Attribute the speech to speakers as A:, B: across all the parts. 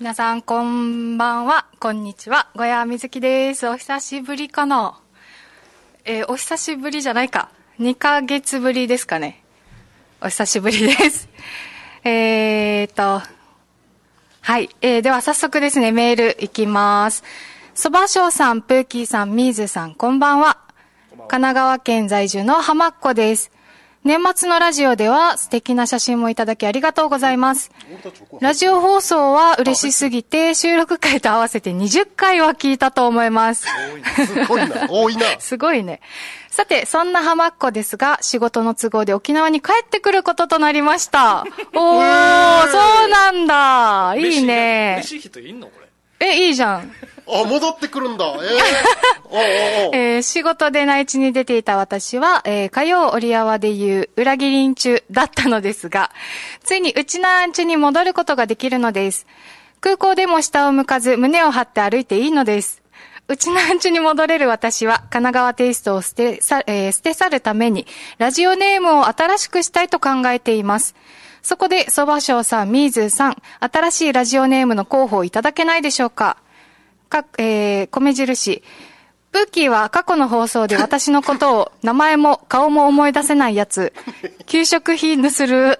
A: 皆さんこんばんはこんにちは小屋みずきですお久しぶりかなえーお久しぶりじゃないか2ヶ月ぶりですかねお久しぶりです えーっとはい、えーでは早速ですねメールいきますそばしょうさんプーキーさんみーずさんこんばんは神奈川県在住の浜っ子です年末のラジオでは素敵な写真もいただきありがとうございますラジオ放送は嬉しすぎて、収録回と合わせて20回は聞いたと思います。
B: すごいな、多いな。
A: すごいね。さて、そんな浜っ子ですが、仕事の都合で沖縄に帰ってくることとなりました。おー、そうなんだ。いいね
C: 嬉。しい人いんのこれ。
A: え、いいじゃん。
B: あ、戻ってくるんだ。ええおうおうおう
A: えー仕事で内地に出ていた私は、えー火曜折わでいう裏切りん中だったのですが、ついにうちなーんちゅに戻ることができるのです。空港でも下を向かず胸を張って歩いていいのです。うちなんちゅに戻れる私は、神奈川テイストを捨てさ、えー捨て去るために、ラジオネームを新しくしたいと考えています。そこで、そばしょうさん、みーずーさん、新しいラジオネームの候補をいただけないでしょうか。か、えー米印。プーキーは過去の放送で私のことを、名前も顔も思い出せないやつ、給食費ぬする、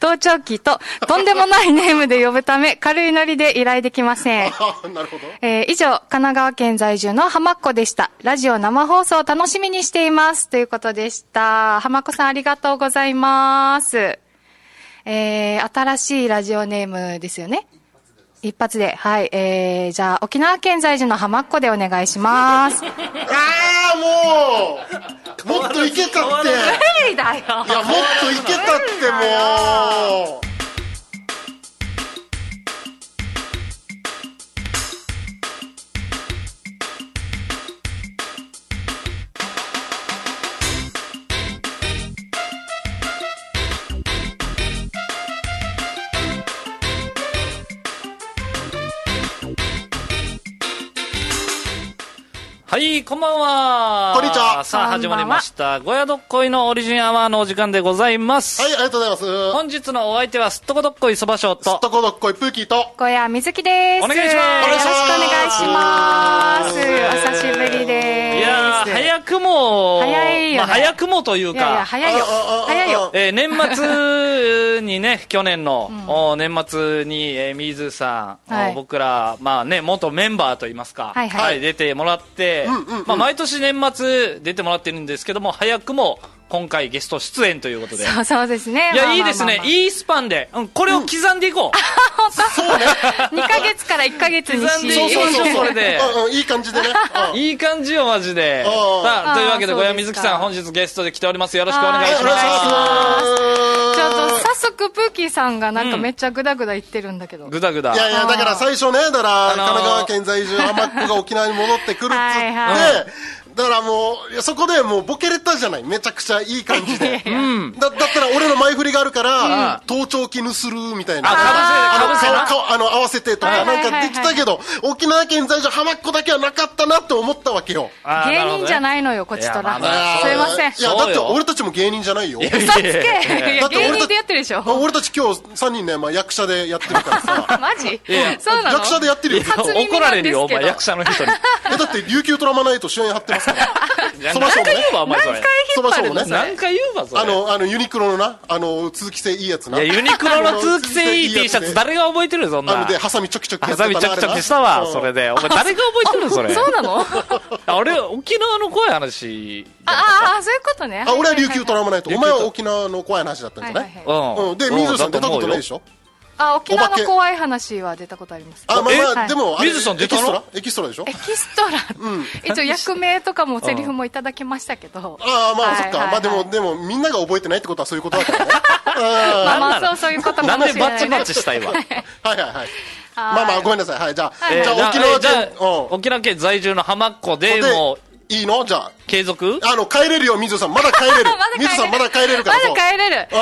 A: 盗聴器と、とんでもないネームで呼ぶため、軽いノリで依頼できません。
B: あなるほど。
A: えー以上、神奈川県在住の浜っ子でした。ラジオ生放送を楽しみにしています。ということでした。浜っ子さんありがとうございます。えー新しいラジオネームですよね。一発で。はい。えーじゃあ、沖縄県在住の浜っ子でお願いします。無
B: ああ、もう、もっといけたって。い
A: 理だよ。
B: や、もっといけたって、もう。
C: はい、こんばんは。
B: こんにちは
C: さあ、
A: こんばんは
C: 始まりました。ゴヤどっこいのオリジンアワーのお時間でございます。
B: はい、ありがとうございます。
C: 本日のお相手は、すっとこどっこいそばしょう
B: すっ
C: と。
B: とこどっこい、プーキーと。
A: 小屋みずきです。
C: お願いします
A: よろしくお願いします。お久しぶり
C: い
A: です。
C: やー、早くも、
A: 早いよね
C: まあ、早くもという
A: い
C: か、
A: やいや、早いよ
B: あああ。あ
A: 早いよ。
C: えー年末にね、 去年の、お年末に、えー、水さん、
A: はい
C: お僕ら、まあね、元メンバーといいますか、
A: はいはい
C: 出てもらって、
B: うんうんうん
C: まあ、毎年年末出てもらってるんですけども、早くも今回ゲスト出演ということで。
A: そうそうですね。
C: い
A: まあまあまあ
C: や、いいですね。いいスパンで。うん、これを刻んでいこう。
A: 2ヶ月から1ヶ月に
C: 刻ん
A: し
C: でい
B: そう
C: きま
B: そうそう
C: しょう、それで。
B: うんうん、いい感じでね。うん
C: いい感じよ、マジで。
B: あー
C: さあ、というわけで、
A: あーそうです
C: 小
A: か
C: 屋水木さん、本日ゲストで来ております。よろしくお願いします。
B: お願いします。
A: ちょっと早速プーキーさんがなんかめっちゃグダグダ言ってるんだけど。
C: ぐだぐだ。
B: いやいや、だから最初ね、だから、
C: あ
B: 神
C: のー
B: 奈川県在住、甘っ子が沖縄に戻ってくるっつって、
A: はいは
B: だからもういや、そこでもうボケれたじゃない、めちゃくちゃいい感じ で。だだったら俺の前振りがあるから、盗聴器盗するみたいな。
C: あ
B: あの
C: かぶせるかぶせな
B: 顔顔あの、合わせてと
A: は
B: か、
A: いはい
B: な
A: は
B: ん
A: い
B: かできたけど、沖縄県在住、浜っ子だけはなかったなって思ったわけよ。
C: あーな
A: 芸
C: るほどね
A: 人じゃないのよ、こっちと
C: いや
A: ら。
C: まあまあ
A: すいません。
B: いや、
C: そうよ
B: だって俺たちも芸人じゃないよ。
A: 嘘つけい
B: だ
A: や、
B: って俺
A: 芸
B: た
A: 人でやってるでしょ。
B: あ俺たち今日3人ね、まあ役者でやってるからさ。
A: マジ
C: やいや
A: そうなの
B: 役者でやってるよ。
A: 初耳
C: 怒られる
A: なん
C: よ、お
A: ですけど
C: 前、役者の人に。
B: えだって琉球ドラマナイト主演張ってますから。そばしょうもね
C: 何回言うわ、お前、それ。
B: そばしょうもね。
C: 何回言うわ、それ。
B: あの、あの、ユニクロのな、あの、通気性いいやつ
C: い
B: な。
C: や、ユニクロの通気性いい T シャ
B: あの
C: ツ、誰が覚えてるよ、そん
B: あ
C: な
B: の。で、ハサミちょきちょきや
C: ハ
B: ってた
C: サ
B: な
C: ミちょきちょきした
B: あ
C: わ、
B: な
C: それで。お前、誰が覚えてるの、それ。
A: そうな のあ
C: あ俺、沖縄の怖い話。
A: ああ、そういうことね。
B: あ、俺は琉球ドラマナイト。お
C: 琉球
B: 前
C: ド
B: は沖縄の怖い話だったんじゃ
A: は
B: ない
A: はいい
C: うん。
B: うん。で、水さん出たことないでし
C: ょ。
B: ょ
A: あ、沖
B: お化
A: 縄
B: け
A: の怖い話は出たことあります。
B: あ、ま
C: え
B: あま
A: は
B: あ、
A: い
B: でも、あれ
C: 水さん出た
B: エキ
C: の
B: ストラエキストラでしょ
A: エキストラ、一応役名とかもセリフもいただきましたけど。
B: ああ、まあ、そっ
A: はい
B: か。
A: はい
B: まあでも、でも、みんなが覚えてないってことはそういうこと だからね。
A: まあま
C: なんな
A: あ、そう、
C: の
A: そういうことか
C: なん
A: も
C: で
A: しれな
C: バッチ
A: い
C: バ
A: ね
C: ッ。チしたいわ。
B: はいはいはい。まあまあ、ごめんなさい。はい、じゃあ、
A: い
C: えー
B: じゃあ、沖縄
C: じゃあ
B: 県
C: えー、じゃあ
B: うん。
C: 沖縄県在住の浜っ子で、もう、
B: で、いいのじゃあ。
C: 継続
B: あの、帰れるよ、水さん。まだ帰れ る
A: まだ。帰れる
B: 水さん、まだ帰れるか
A: ま
B: ら。
A: だ帰れる。え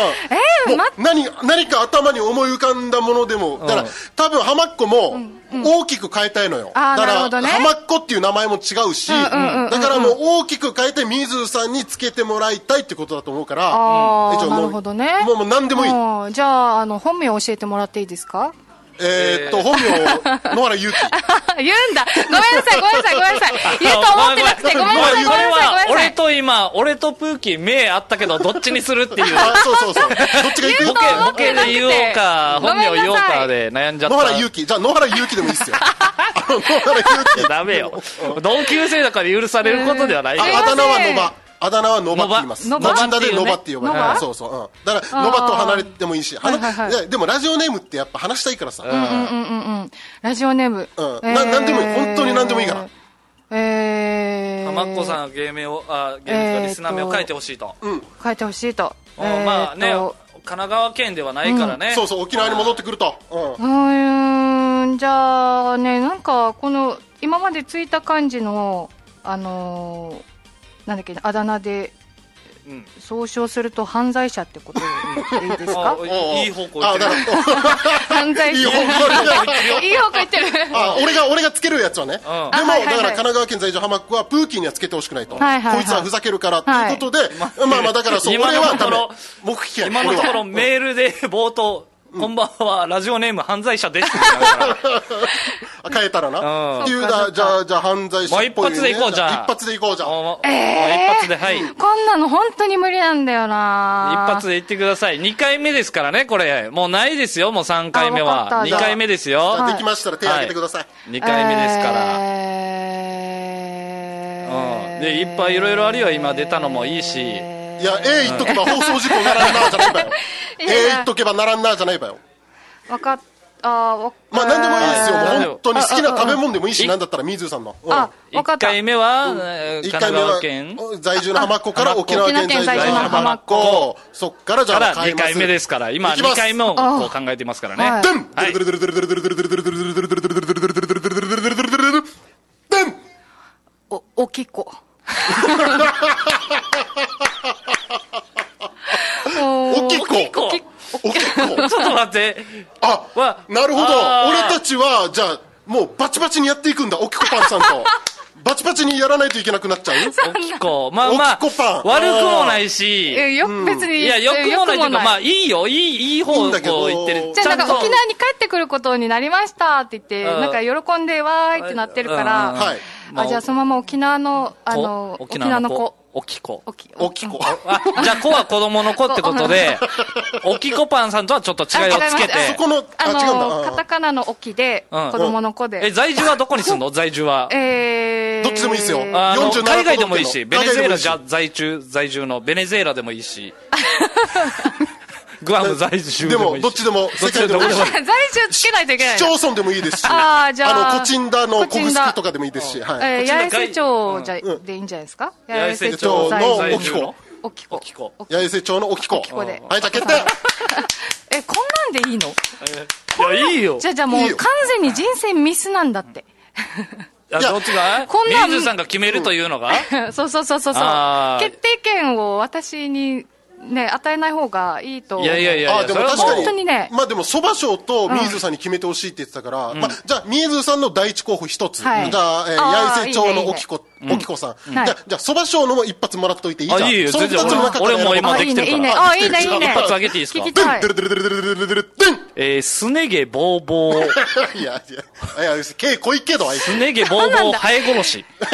A: ー、
B: もう
A: 待っ
B: 何何か頭に思い浮かんだものでも、だから、
C: うん
B: 多分浜っ子も大きく変えたいのよ。
A: あー
B: だ
A: な
B: か
A: る
B: ら、
A: ほどね
B: 浜っ子っていう名前も違うし、だからもう大きく変えて、みずさんにつけてもらいたいってことだと思うから、
A: あー
B: 一応もう
A: なるほどね
B: もうもう何でもいい。
A: うんじゃあ、あの、本名教えてもらっていいですか
B: えーっと、本名、野原祐希。
A: 言うん だごめんなさいごめんなさいごめんなさい言うと思ってなくてごめんなさいごめ
C: これ
A: んなさごめ
C: はい
A: んなさ
C: 俺
A: い
C: と今俺とプーキー目あったけどどっちにするっていう
B: あ、そうそうそう。どっちが行く
A: 言
C: ボ
A: うと
C: ケ
A: 思
C: ボ
A: って
C: ケ
A: なく
C: で
A: て
C: 言おうか
A: ご
C: 本
A: めん
C: 名
A: なさい
C: 言おうかで悩んじゃっ
B: 野原
C: た
B: 祐希。じゃあ、野原祐希でもいいっすよ。あの野原
C: い
B: 祐
C: や
B: 希。
C: ダメよ同級生だから許されることではないよ
A: すい
B: あ
A: ま
B: あ
A: せん
B: だ名はノバ。あだ名はノバって言います。
A: ノバ
B: 町田で
C: ノ
B: ノ
C: バ
B: バ
C: っ
B: ってて
C: いう
B: 呼
C: ね
B: ばれ
A: ノバ
B: る。そうそう。うん。だから、ノバと離れてもいいし、はな
A: はいはい
B: ででもラジオネームってやっぱ話したいからさ。
A: うんうんうんうんラジオネーム
B: うんななんでもいい本当になんでもいいから
A: えー
C: まっこさんは芸名をあ芸名とかリスナー名を書いてほしいと
B: うん。
A: 書いてほしいと
C: うんまあね
A: えー
C: 神
A: と
C: 奈川県ではないからね
B: そうそう、沖縄に戻ってくると。うん
A: う。ーんじゃあねなんかこの今までついた感じのあのーなんだっけあだ名で
C: うん
A: 総称すると犯罪者ってことでいいですか
C: あ
B: おうおう
C: いい方向行っ
B: あ、
C: て
B: だ
C: る
B: から。
A: 犯 罪者
B: いい方向行ってるよ
A: いい方向行ってる
B: あ俺が俺がつけるやつはね、でも、
C: あ
A: はいはいはい
B: だから神奈川県在住ハマックはプーキーにはつけてほしくないと、
A: はいはいはい
B: こいつはふざけるからということで、まあまあだからそう
C: 今
B: 俺
C: の
B: は
C: と
B: ダ
C: こ
B: メ
C: ろ
B: 目利きやね
C: 今のところ
B: 俺は
C: メールで冒頭こんばんはラジオネーム犯罪者ですって言ったから
B: あ変えたらな、
C: うん
B: っていう
A: そっかそっか
B: だじゃあじゃあ犯罪者っぽい、ね、
C: もう一発で行こうじゃあ
B: 一発でいこうじゃあ
C: もう一発ではい
A: こんなの本当に無理なんだよな
C: 一発で言ってください。2回目ですからね、これ。もうないですよ、もう3回目
A: あわか
C: は。
A: った
C: 2回目ですよ。
B: じゃあ
A: はい
B: できましたら手を挙げてください、
C: 2回目ですから。
A: えー
C: うんでいっぱいいろいろあるよ今出たのもいいし
B: い、や A 言っとけば放送事故ならんなじゃないばよ A
A: いや
B: 言っとけばならんなじゃないばよ
A: わかっあーわ
B: まあ何でもいいですよ、
C: えー
B: もう本当に好きな食べ物でもいい
C: あ
B: し、なんだったら水野さんの。うん
A: あわ
C: 1
A: かった
C: 回目は、えー
B: 一
C: 神奈
B: 回目
C: 川
B: は
C: 県
B: 在住の浜っ子から
C: あ
B: 沖縄県在住の浜っ
C: 沖縄県在住の浜
B: 子そっからじゃ
C: か
B: あ
C: ら
B: 変え
C: 2
B: ます
C: 回目ですから、今
B: いきま
C: 2
B: す
C: 回目をこう考えてますからね。
A: はい
B: ドン
C: はい
B: ドゥルドゥルドゥルドゥルドゥルドゥルドゥルドゥルドゥルドゥルドゥルドゥルドゥルドゥルドゥルドゥルドゥルドゥルドゥル
A: おおき こ
B: おきっ
C: 結
B: こ
C: 構ちょ
B: おきっこ
C: っと待って。わ
B: あなるほど
C: あー
B: 俺たちはじゃあもうバチバチにやっていくんだおきこパンさんとバチバチにやらないといけなくなっちゃう
C: おきこ。まあまあ
B: おきこパン、
C: 悪くもないし、
A: えよ別に
C: いや、良くもないというか、まあ、
A: い
C: いいよ、いい、いい方をこう言っ
B: いい
C: てる。
B: んだけど
A: じゃあなんか
C: と
A: 沖縄に帰ってくることになりましたって言って
C: うん
A: なんか喜んでわーいってなってるか
C: うん
A: ら
B: はい
C: ま
A: あじゃあそのまま沖縄のあの
C: こ沖縄の子
A: 子。
C: おきこ。
A: 沖
B: おきこ
C: あ、じゃあ、子は子供の子ってことで、おきこパンさんとはちょっと違いをつけ
A: あ違います
B: そ
C: て。
B: このあ
A: あ
B: 違
A: の
B: うんだ
A: カタカナの沖で
C: うん
A: 子供の子
C: え、
A: で
C: 在住はどこに住んの在住は。
A: えー
B: どっちでもいいですよ
C: あ
B: 47
C: の、
B: 都道府県の
C: 海外でもいいし、ベネズエラじゃ
B: 海外でもいい
C: 在住、在住の、ベネズエラでもい いし。グアム在住
B: で
C: でも
B: も
C: いいし。
B: どっちでも世界でもいい
C: ど
B: し
C: っちでもいい
A: 在
C: し
A: 住つけないといけない
B: 市町村でもいいですし、
A: あーじゃあ
B: の、コチンダの
A: コ
B: コ
A: チ
B: グ
A: ン
B: ス
A: ダ
B: クとかでもいいですし、はい。
A: えー
C: こっち
A: 八重
C: の外
A: 瀬町じゃ
B: うん
A: でいいんじゃないですか
C: ん
A: 八重瀬
C: 八
A: 町
C: 重瀬町
A: 在住
C: のおき
B: こ
A: おきこ
C: おきこ
A: おき
B: 八重瀬町のおきこ。
A: きこで
B: はい、じゃあ決定
A: えこんなんでいいの
C: いや、いいよ
A: じ。ゃあじゃあもう
B: いいよ
A: 完全に人生ミスなんだって
C: いやどっちが
A: こんなん
C: 水さんが決めるというのが
A: そうそうそうそうそう
C: あー
A: 決定権を私にね与えない方がいいと思う
C: いやいやいや
B: あー、でも確
A: それは
B: か
A: 本
B: に。
A: 当にね
B: まあでも、蕎麦賞と水津さんに決めてほしいって言ってたから、まあ、じゃあ、水津さんの第一候補一つ。じ
A: はい
B: ゃあ、えー
A: あー
B: 八重瀬町
A: いい
B: の
A: ね
B: おきこ、おきこさん。
A: ん
B: じゃあ、じゃあ、蕎麦賞のも一発もらっといていいじゃん。
C: あいいよ
B: その
C: 全然
B: 二つの中から
C: 俺も
B: 選ぼう
C: 今
A: あ
C: で
A: い
C: き
A: い
C: てる
A: ねい
C: か
A: いね
C: ら
A: あいいねいいね
C: 一発上げていいですか
A: 聞きたい
B: ドゥルドゥルドゥルドゥルドゥルドゥルドゥル
C: えー、すね毛ぼうぼう。
B: ドゥンいや、いや、いや、毛濃いけど、あいつ。い
C: すね毛ぼうぼう生え殺し。
B: や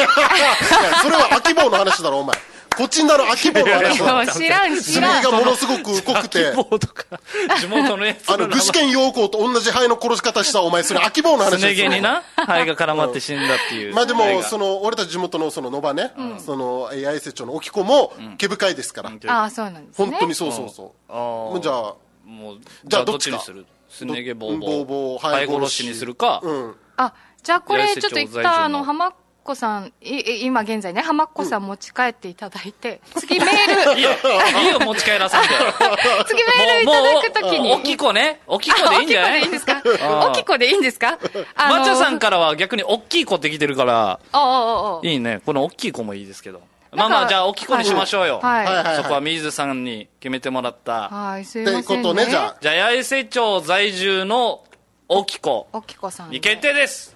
B: それは秋坊の話だろ、お前。コチンダの秋坊の話だ
A: も
B: ろ
A: う。知らん知
B: 爪
A: らん
B: がものすごく濃くて。
C: 棒とか、 地元のやつ
B: あの、
C: の
B: 具志堅用高と同じ肺の殺し方したお前、それ、秋坊の
C: す
B: 話
C: ね
B: です
C: 毛
B: よ。
C: にな、肺が絡まって死んだっていう。
B: まあで
C: 肺
B: も、
C: が
B: その、俺たち地元のその、野場ね、その、えー八重瀬町の沖子も、毛深いですから。
A: ああそうなんですね
B: 本当にそうそうそう。
C: あー
B: もうじゃあ、
C: もう、じ
B: じゃ
C: ゃあ
B: あ
C: ど
B: ど
C: っ
B: っ
C: ち
B: ち
C: に
B: か
C: するすね毛ぼう
B: ぼう
C: ぼ
B: ぼ
C: う。
B: う
C: 生
B: 肺
C: え殺
B: 殺
C: し
B: し
C: にするか、
B: うん。
A: あじゃあこれ
C: 八重瀬
A: ちょっと一
C: 町在住の
A: 旦あの浜っ子さんいい今現在ね浜っ子さん持ち帰っていただいて次メール
C: いいよ、 いいよ、持ち帰らさんで。
A: 次メールいただくときに
C: おきこね。おきこでいいんじゃな
A: あおきこでいい
C: い
A: んですか
C: あー
A: おきこでいいんですかあの
C: マチャさんからは逆におっきい子って来てるから、
A: おうおうおう
C: いいね。このおっきい子もいいですけど。
A: な
C: まあ
A: んか
C: まあ、じゃあ、おっきい子にしましょうよ。
A: はい
B: はいはい
C: そこは水さんに決めてもらった。
A: はいすい
B: っ
A: ま
B: て
A: せん
B: いうことね、じゃあ。
C: じゃあ、八重瀬町在住のおきこ。
A: おきこさん
C: に決定です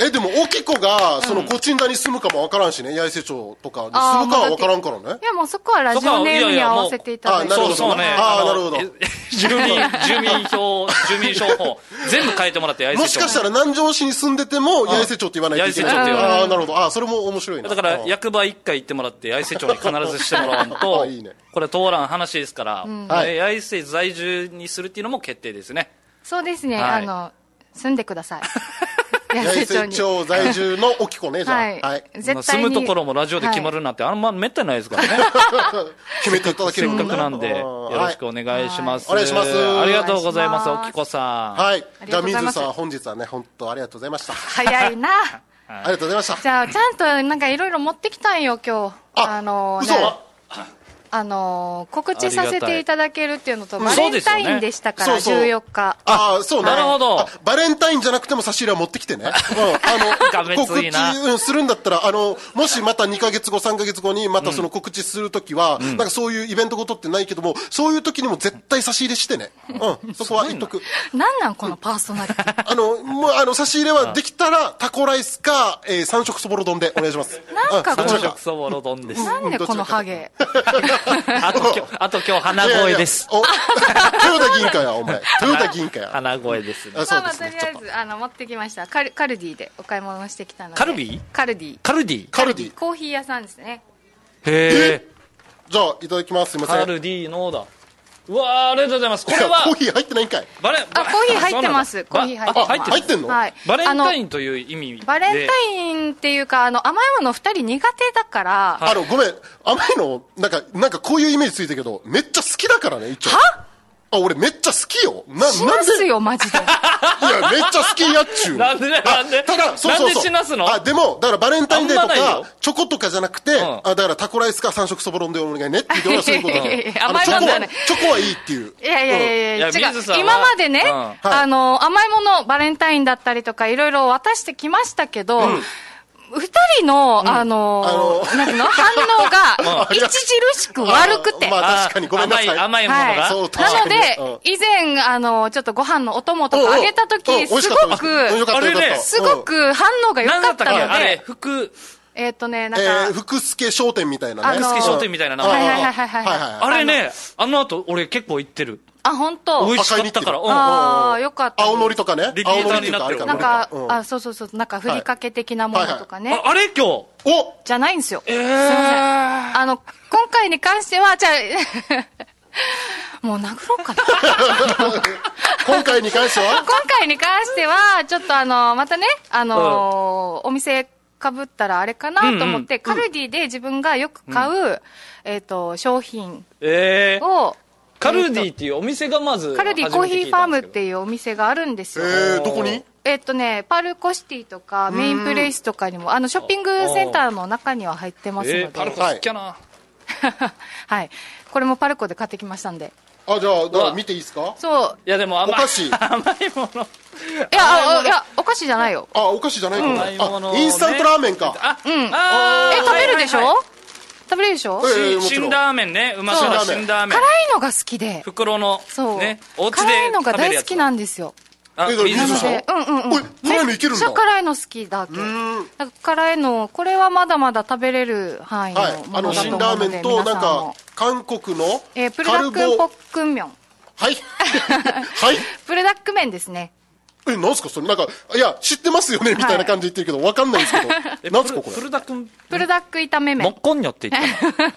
B: えでもおきこがそのコチンダに住むかもわからんしね八重瀬町とかに住むかはわからんからね
A: いや、もうそこはラジオネームに合わせていただいて。
B: そこは
C: そうそうね。
B: あー
C: の
B: なるほど
C: え 住民、住民票、住民証法、全部変えてもらって、八重
B: も
C: 瀬
B: し
C: 町。
B: かしたら南城市に住んでても八重瀬町って言わないといけない
C: 八重瀬町って言わない
B: ああーなるほどあーそれも面白いな
C: だから
B: あ、ー
C: 役場一回行ってもらって、八重瀬町に必ずしてもらわんと、
B: あいいね
C: これ通らん話ですから、
B: はい
C: えー八重瀬在住にするっていうのも決定ですね。
A: そうですね、
C: は
A: あ
C: い
A: の、住んでく ださい。
B: 八重瀬
A: に。
B: 町在住のおきこねじゃあ
A: は。
B: はいい
A: 絶対
C: 住
A: に。
C: むところもラジオで決まるなんて、あんまめったにないですからね。
B: 決めていただけ
C: せ
B: る
C: っ
B: も
C: か
B: ね
C: くなんで、よろしく
B: はい
C: お願いします。
B: はいお願いします
C: ありがとうございます、
A: お願いし
C: お
A: ます
C: きこさん。
B: はい
A: あ。り
B: じ
A: がとうござ
B: ゃあ、
A: い
B: 水
A: ます
B: さん、本日はね、本当ありがとうございました。
A: 早いな。
B: ありがとうございました。
A: じゃあ、ちゃんとなんかいろいろ持ってきたんよ、今日。
B: あ
A: のね
B: 嘘
A: あのー告知させていただけるっていうのと、
C: りが
A: バ
C: たい
A: レンタインでしたから、
B: うんそうです
A: 14
B: よね
A: 日。
B: ああ、そうね。
C: なるほど
B: あバレンタインじゃなくても差し入れは持ってきて ね。うん。あ
C: が
B: の、
C: めつ
B: 告
C: いな
B: 知うんするんだったら、あの、もしまた2ヶ月後、3ヶ月後にまたその告知するときは、なんかそういうイベントごとってないけども、そういうときにも絶対差し入れしてね。うん。そこは言っとく。
A: なんなん、このパーソナリティ。
B: あの、もう、あの、差し入れはできたら、タコライスか、えー三色そぼろ丼でお願いします。
A: なんか
B: うど
A: こ
B: っ
A: の
B: ちら
C: 三色
B: か。
C: そぼろ丼 です。
A: なんでこのハゲ。
C: あと今日、あと今日、鼻声です。
B: いやいや。お、豊田銀貨や、お前。豊田銀貨 や。
C: 鼻声ですね。
B: あ
A: ま
B: そ
A: あ
B: う
A: まあ、
B: です
A: とり
B: ね。
A: あえ
B: ちょっと。
A: ず、あの、持ってきました。カルカルディでお買い物をしてきたので。
C: カルビー
A: カルディ。
C: カルディ
B: カルディ。
A: コーヒー屋さんですね。
C: へえ。
B: じゃあ、いただきます。すいません。
C: カルディのだ。うわー、ありがとうございます。これは
B: コー、ヒー入ってないんかい。
C: バレン、
A: あ、コーヒー入ってま
C: そう
A: す。
C: なんだ
A: コーヒー入ってます。
C: あ入ってる
B: 入ってんの
A: はい。
C: バレンタイ
A: ン
C: ンという意味で。
A: バレンタインっていうか、あの、甘いもの二人苦手だから、は
B: あの、ごめん。甘いの、なんか、なんかこういうイメージついたけど、めっちゃ好きだからね、一応。あ、俺めっちゃ好きよ。な、
A: しま
B: なん
A: す
B: でい
A: よ、マジで。
B: や、めっちゃ好きやっちゅう。
C: なんでね
B: あ
C: なんで
B: ただ、そうそうそう。
C: なんでしなすの
B: あ、でも、だからバレンタインデーと
C: あんまない
B: か
C: よ、
B: チョコとかじゃなくて、
C: ん
B: あ、だからタコライスか三色そぼろんでお願いねって言って俺はそういうことなの
A: いやいやいや
B: あの
A: 甘い
B: チ
A: もん
B: ョコ
A: じゃ
B: は
A: ない、
B: チョコはいいっていう。
A: いやいやいやいや、
C: うんいや
A: 違
C: 水
A: う
C: さんは
A: 今までね、
C: うん
B: い
A: あの、甘いもの、バレンタインだったりとか、いろいろ渡してきましたけど、二、人の、あの、なんていうの反 応が、
B: うん
A: 著しく悪くて。
B: あまあ確かにごめんなさい。
C: 甘い、甘いものが。
A: はい。
B: そう確かにね
A: なので、以前、あの、ちょっとご飯のお供と
B: おうおう
A: かあげたと
B: うん美
A: き、
B: 味し
A: す
B: かった
A: ご
B: 美味し
A: く、
B: かった
C: あれね
B: よかった
A: すごく反応が良
C: 何
A: か
C: だっ
A: った
C: っけ
A: たの
C: あれ、
A: で、
C: 服、
A: えっとね、な
B: えー、
A: んか、
B: 福助商店みたいなね。
A: あの
C: 福助商店みたいな名
B: あ
C: 前。
A: はいはいはいはいはい
C: あれね、あの後、俺結構行ってる。
A: あ、本当
C: 美味しかったから。
B: あ
C: うん
A: ああ、良かった。
B: 青のりとかね。
C: リピーター
B: 青のりっていうかあれか
A: なん
B: な
A: か
B: う、ん
A: あ、そうそうそう、なんか、ふりかけ的なものとかね。
C: ああれ今日。
B: お
A: じゃないんですよ。
C: え
A: すいません。
C: ー。
A: あの、今回に関しては、じゃあ、 もう殴ろうかな。
B: 今回に関しては
A: 今回に関しては、ちょっとあの、またね、あのーお店かぶったらあれかなと思って、カルディで自分がよく買う、えっ、と、商品
C: えー。
A: を、
C: カルディっていうお店がまず。
A: カルディコーヒーファームっ
C: いう。
A: ていうお店があるんですよ。
B: えー、どこに
A: えっとね、パルコシティとかメインプレイスとかにも、あの、ショッピングセンターの中には入ってますので、
C: えー、パルコ好きやな。
A: はい。これもパルコで買ってきましたんで。
B: あ、じゃあ、だから見ていいですか
A: そう。
C: いやでも甘い。
B: お菓子
C: 甘いもの。
A: いや、あいや、お菓子じゃないよ。
B: あ、お菓子じゃない
C: 甘いも
B: か
C: の
B: な。
C: を
B: あ、
C: ね
B: インスタントラーメンか。
C: あ、うん。
A: え、食べるでしょ、
C: はいはいはい
A: 食べれるでしょ、
B: ええええもちろん
C: 辛ラーメンね。うまそうな
B: そう
C: 辛ラーメン
A: 辛い。のが好きで。
C: 袋の。
A: そう。
C: ね。お家で
A: 辛いのが
C: 食べる
A: 大
C: や
A: 好
C: つ
A: きなんですよ。
C: あ
B: えだから
C: 水
A: な
C: さ
A: の
C: ん
A: で、うんうんうん。
B: おい辛いのいけるんだ
A: めっちゃ辛いの好きだけ。
B: ん
A: なんか辛いの、これはまだまだ食べれる範囲
B: はい
A: の。も
B: あ
A: のだ
B: の、
A: と思
B: 辛
A: うの
B: ラー
A: で、
B: メンと、
A: 皆
B: な
A: さ
B: ん
A: ん
B: か
A: も。、
B: 韓国の、
A: えープルダックンポックンミョン。
B: はい。はい。
A: プルダック麺ですね。
B: え、なんすかそれなんか、いや、知ってますよねみたいな感じで言ってるけど、わかんないんですけ
C: え
B: ど。なんすか
C: プ
B: これ
C: ルプ。ルダ君、
A: プルダック炒め
C: もっ
A: 麺。
C: こんにょって言ったな。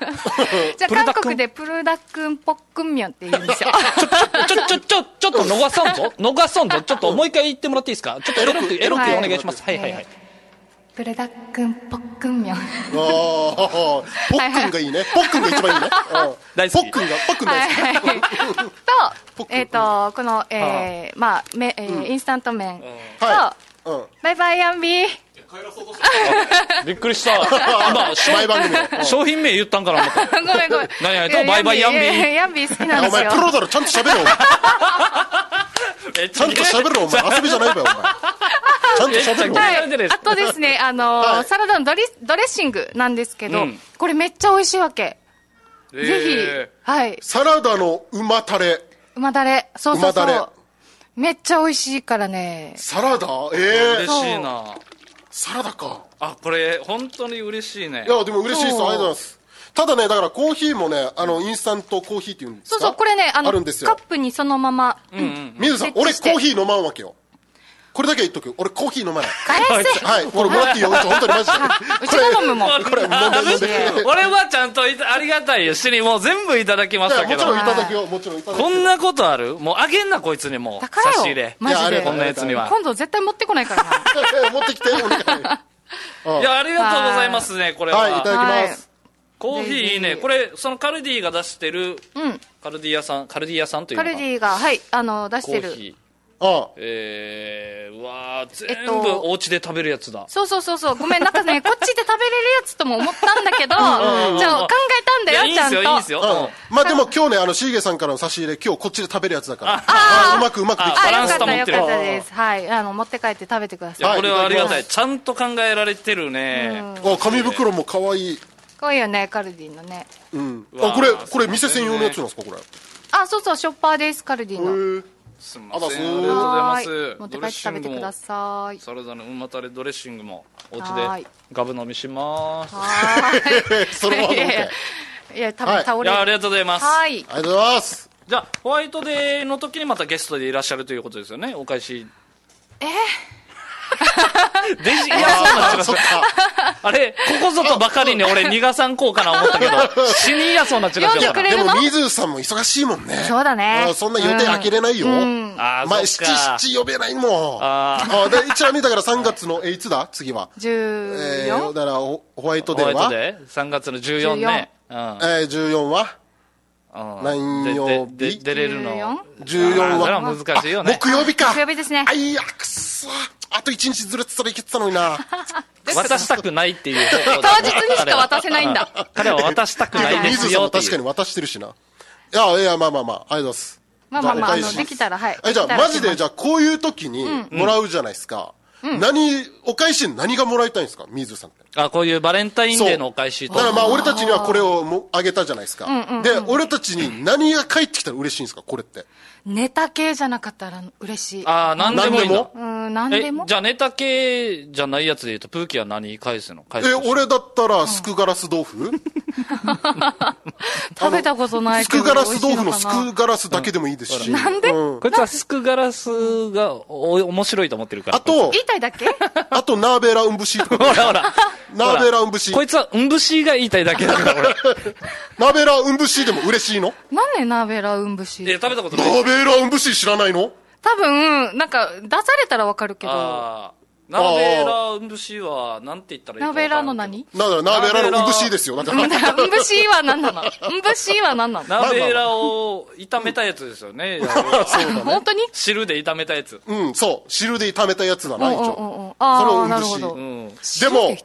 A: じゃ
C: プルダッ
A: あ、
C: ク
A: 韓
C: ン
A: 国でプルダックンポックンミョンって言うん ですよ。
C: ちょ、ちょ、ちょ、ちょっと逃 さんぞ。逃さんぞ。ちょっともう一回言ってもらっていいですかちょっとエロく、エ
B: エ
C: ロ
A: ロ
C: く
A: く
C: お願いします。
A: は
C: は
A: いい
C: はいはい。
A: プルダックンポックンミョン。
B: ああ、ポックンがいいね。ポックンが一番いいね。うん
C: 大好
B: ポ
C: き
B: ックンが、ポックン大好き。
A: はい。
B: ポッ
A: と、
B: ク
A: えっ、と、この、えー、まあ、め、えーインスタント麺と、
B: はい。うん。
A: バイバイ、ヤンビー。
C: びっくりした。今、商
B: 前番組の。
C: 商品名言ったんから 思った。
A: ごめんごめん。
C: 何々と
A: いや
C: バイバイヤンビー
A: いやヤンビー好きなん
B: あ
A: で
B: お
A: す
B: 前
A: よ
B: プ。ロだろ、ちゃんと喋れよ。
C: え、ち
B: ちゃんと喋れよ、お前。遊びじゃないわよ、お前。ちゃんと喋れよ。
A: は
C: ロなんでで
A: い。
C: す
A: あとですね、あのー
B: はい
A: サラダのドリドレッシングなんですけど、
C: うん
A: これめっちゃ美味しいわけ。
C: えー
A: ぜひ、はい。
B: サラダの馬タレ。
A: 馬だれ。そうそうそう。
B: 馬だ
A: めっちゃ美味しいからね。
B: サラダええ
C: 嬉しいな
B: サラダか。
C: あこれ本当に嬉しいね
B: いや、でも嬉しいです。あり
A: そう
B: がとうございます。ただね、だからコーヒーもね、あの、インスタントコーヒーっていうんです
A: そ
B: か
A: うそう、これね、あの、
B: あるんです
A: カ
B: よ
A: ッ。プにそのまま。
C: うんうん
B: 水さん、
A: 設置
B: 俺
A: して
B: コーヒー飲まんわけよ。これだけは言っとく。俺コーヒー飲まない。
A: 返せ
B: はい、これもらっていいよ。本当にマジで。
A: うちが飲むもん。
B: これ、飲んで飲ん で。
C: 俺はちゃんといたありがたいよしにもう全部いただきましたけ
B: もちろん
C: ど
B: いただくよ。もちろんいただくよ。
C: こんなことあるもうあげんなこいつにもう
A: 高いよ
C: 差し入れ
A: マジで
B: いやあれ
C: こんなやつには
A: 今度絶対持ってこないからな。
B: 持ってきて、お願い。
C: いやありがとうございますねこれは、
B: はい、いただきます。
C: コーヒーいい
A: ぜ
C: ね
A: ひ
C: これそのカルディが出してる
A: うん。
C: カルディ屋さんカルディ屋さんという
A: カ
C: のか
A: ルディが、はい、あの、出し
C: コ
A: て
C: ー
A: る
C: ヒ。ー
B: あ
C: えー、うわー
A: え
C: 全
A: っ
C: 部
A: と
C: お家で食べるやつだ、
A: そうそうそうそう。ごめん、なんか ね、こっちで食べれるやつとも思ったんだけど、じゃあ考えたんだ
C: いやい
A: よ、
C: いん
A: ちゃん
C: です
A: と。
C: よいいんですよ、
B: あ。
C: う
B: まあでも今日ね、あの、シーゲさんからの差し入れ、今日こっちで食べるやつだから。うまくうまくでき
A: あ、
C: バラ
A: よ
C: ン
A: か
C: ス
A: っ
C: 保
A: た、
C: っ
A: よ
C: てる
A: かったです。はい。あの、持って帰って食べてくだ
C: んい
A: さい。
C: や
B: はい
C: これはありがたい
B: いただきま
C: ちゃんと考えられてるね
B: た。あ、紙袋も可愛い。
A: かわいいよね、カルディのね。
B: うん。
C: う
B: あ、
C: わ
B: これ、これ店専用のやつなんですか、これ。
A: あ、そうそう、ショッパーです、カルディの。
B: へえ。
C: すみま
B: あら
C: せんあり
B: そう
C: がとうございま
A: は
C: す
A: い持って帰って食べてください。
C: サラダのうんまたれドレッシングもお
A: は
C: 家
A: い
C: でガブ飲みします
A: は
B: そのまま
A: い。い
B: 飲
A: やい
B: んで。
A: やいや、多
B: は
A: 分
B: い
A: 倒
C: いやあ
A: れる。
C: りがとうございます
A: はい。
B: ありがとうございます。
C: じゃあホワイトデーの時にまたゲストでいらっしゃるということですよねお返しえデジいや そうなっちゃいま
B: そ
C: し
B: っか。
C: たあれここぞとばかりに俺逃がさんこうかな 思ったけど死にやそうなっちゃいま
A: 読んで
C: し
A: く
C: た
A: れ
B: で
A: るの
B: も、水さんも忙しいもんね。
A: そうだね
B: あそんな予定開けれないよ。
A: うん
C: ああ
B: まあ、
C: そ
B: 七
C: っか
B: 七呼べないもん。
C: あ
B: あでちなみにだから3月の、え、いつだ次は。えー、
A: 14?
B: だからホ、ホワイト
C: ホ
B: デ
C: ワ
B: ー
C: イト
B: は
C: デー3月の14ねう
B: え
C: ん
B: ー、14は
C: うん
B: 何曜日
C: でで出れるの
A: 14?
B: 14
C: それ
B: は
C: は難しいよね
B: 木曜日か。
A: 木曜日ですね
B: あ。いや、くっそ。あと1日ずれてたらいけてたの にな。
C: 渡したくないっていう
A: 当日にしか渡せないんだ。
C: 彼は渡したくないで
B: 水
C: す
B: さん
C: よ
B: も
C: って
B: 確か
C: いう
B: に渡してるしな。いや、いや、まあまあまあ、ありがとうございます。
A: まあまあまあ、あ
B: じゃ
A: の、できたら、はい。
B: えじゃあ、
A: できたら
B: マジで、じゃあ、こういう時にもらうじゃないですか。何、お返しに何がもらいたいんですか水さんって。
C: あこういうバレンタイン
B: そう
C: デーのお返しと
B: だからまあ、俺たちにはこれをもあげたじゃないですか。で、俺たちに何が返ってきたら嬉しいんですかこれって。
A: ネタ系じゃなかったら嬉しい。
C: ああ何でもいいんだ
B: 何
A: う
B: でも
A: ーん、なん
C: え
A: でも
C: じゃあネタ系じゃないやつで言うとプーキーは何返すの返す
B: え、
C: として
B: 俺だったら、すくガラス豆腐
A: 食べたことない
B: す
A: け
B: く
A: ど。
B: ガラス豆腐の
A: 美味し
B: す
A: いかな
B: くガラスだけでもいいですし。
A: なんで
B: うん
C: こいつはスクガラスがお面白いと思ってるから
B: あと
A: 言、いたいだ け
B: あと、ナーベラウンブシと
C: ほ
B: か。
C: ら ほら
B: ナーベラウンブシ
C: こ。いつはうんぶしが言いたいだけだから俺
B: ナーベラウンブシでも嬉しいの
A: なんで鍋ラウンブ
C: いや
A: シ
C: 食べたこと
B: ナ
C: ない
B: ーベラウンブシ知らないの
A: 多分、なんか、出されたらわかるけど、
C: あーナーベラうんぶしはなんて言ったらいいかわか
A: 鍋
C: らん
A: ラの何
B: なんだろう、ナーベラのウンブシですよ。だから。
A: うんぶしは何な のうんぶしは何なの
C: ナーベラを炒めたやつですよね
A: 本当に
C: 汁で炒めたやつ
B: うん、そう。汁で炒めたやつだ
A: う
B: な、
A: ん
B: 一
A: うん
B: 応。
A: うんうん。ああ、
B: それ
A: な
B: を
A: る
B: うんぶ
A: ほ
B: し
A: ど塩
B: でも
C: う。ん
A: 炒める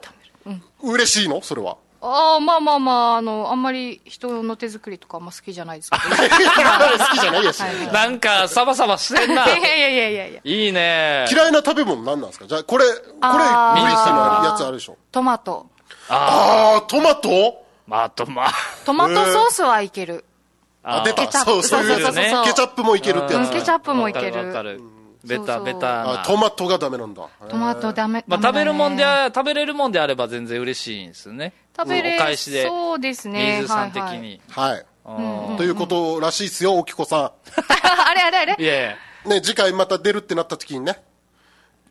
A: うん
B: 嬉しいのそ れは。
A: ああ、まあまあまあ、あの、あんまり人の手作りとかあんま好きじゃないですけ ど。
B: 好きじゃないやし。
A: はい
C: なんかサバサバしてん な
A: いやいやいやいやいや。
C: いいね
B: 嫌いな食べ物何なんですかじゃあ、これ、これ、
A: あー
B: ウイスキーのやつあるでしょ。
A: トマト。
B: あー、トマト
C: まああとまあ
A: トマトソースはいける。
B: あ、出
A: ケ
B: た。
A: チャップ
B: そう、そういう
C: そうそ
B: や
C: う
B: つ
C: そう
B: ね。ケチャップもいけるって
A: う
B: や
A: ん
B: つ。
A: ケチャップもいける
C: わかるわかベタ
A: そうそう
C: ベタな
B: あトマトがダメなんだ。
A: トマトダメ。
C: まあ、
A: ダ
C: 食べ
A: メだね
C: るもんであ、食べれるもんであれば全然嬉しいんですね。
A: 食べれ
C: お返しで。
A: そうですね。
C: 水さん的
A: はいはい
C: に。
B: はい。
C: あ
B: ということらしいですよ、おきこさ
A: あれあれあれ
C: ーいやい
B: ん。ね、次回また出るってなった時にね。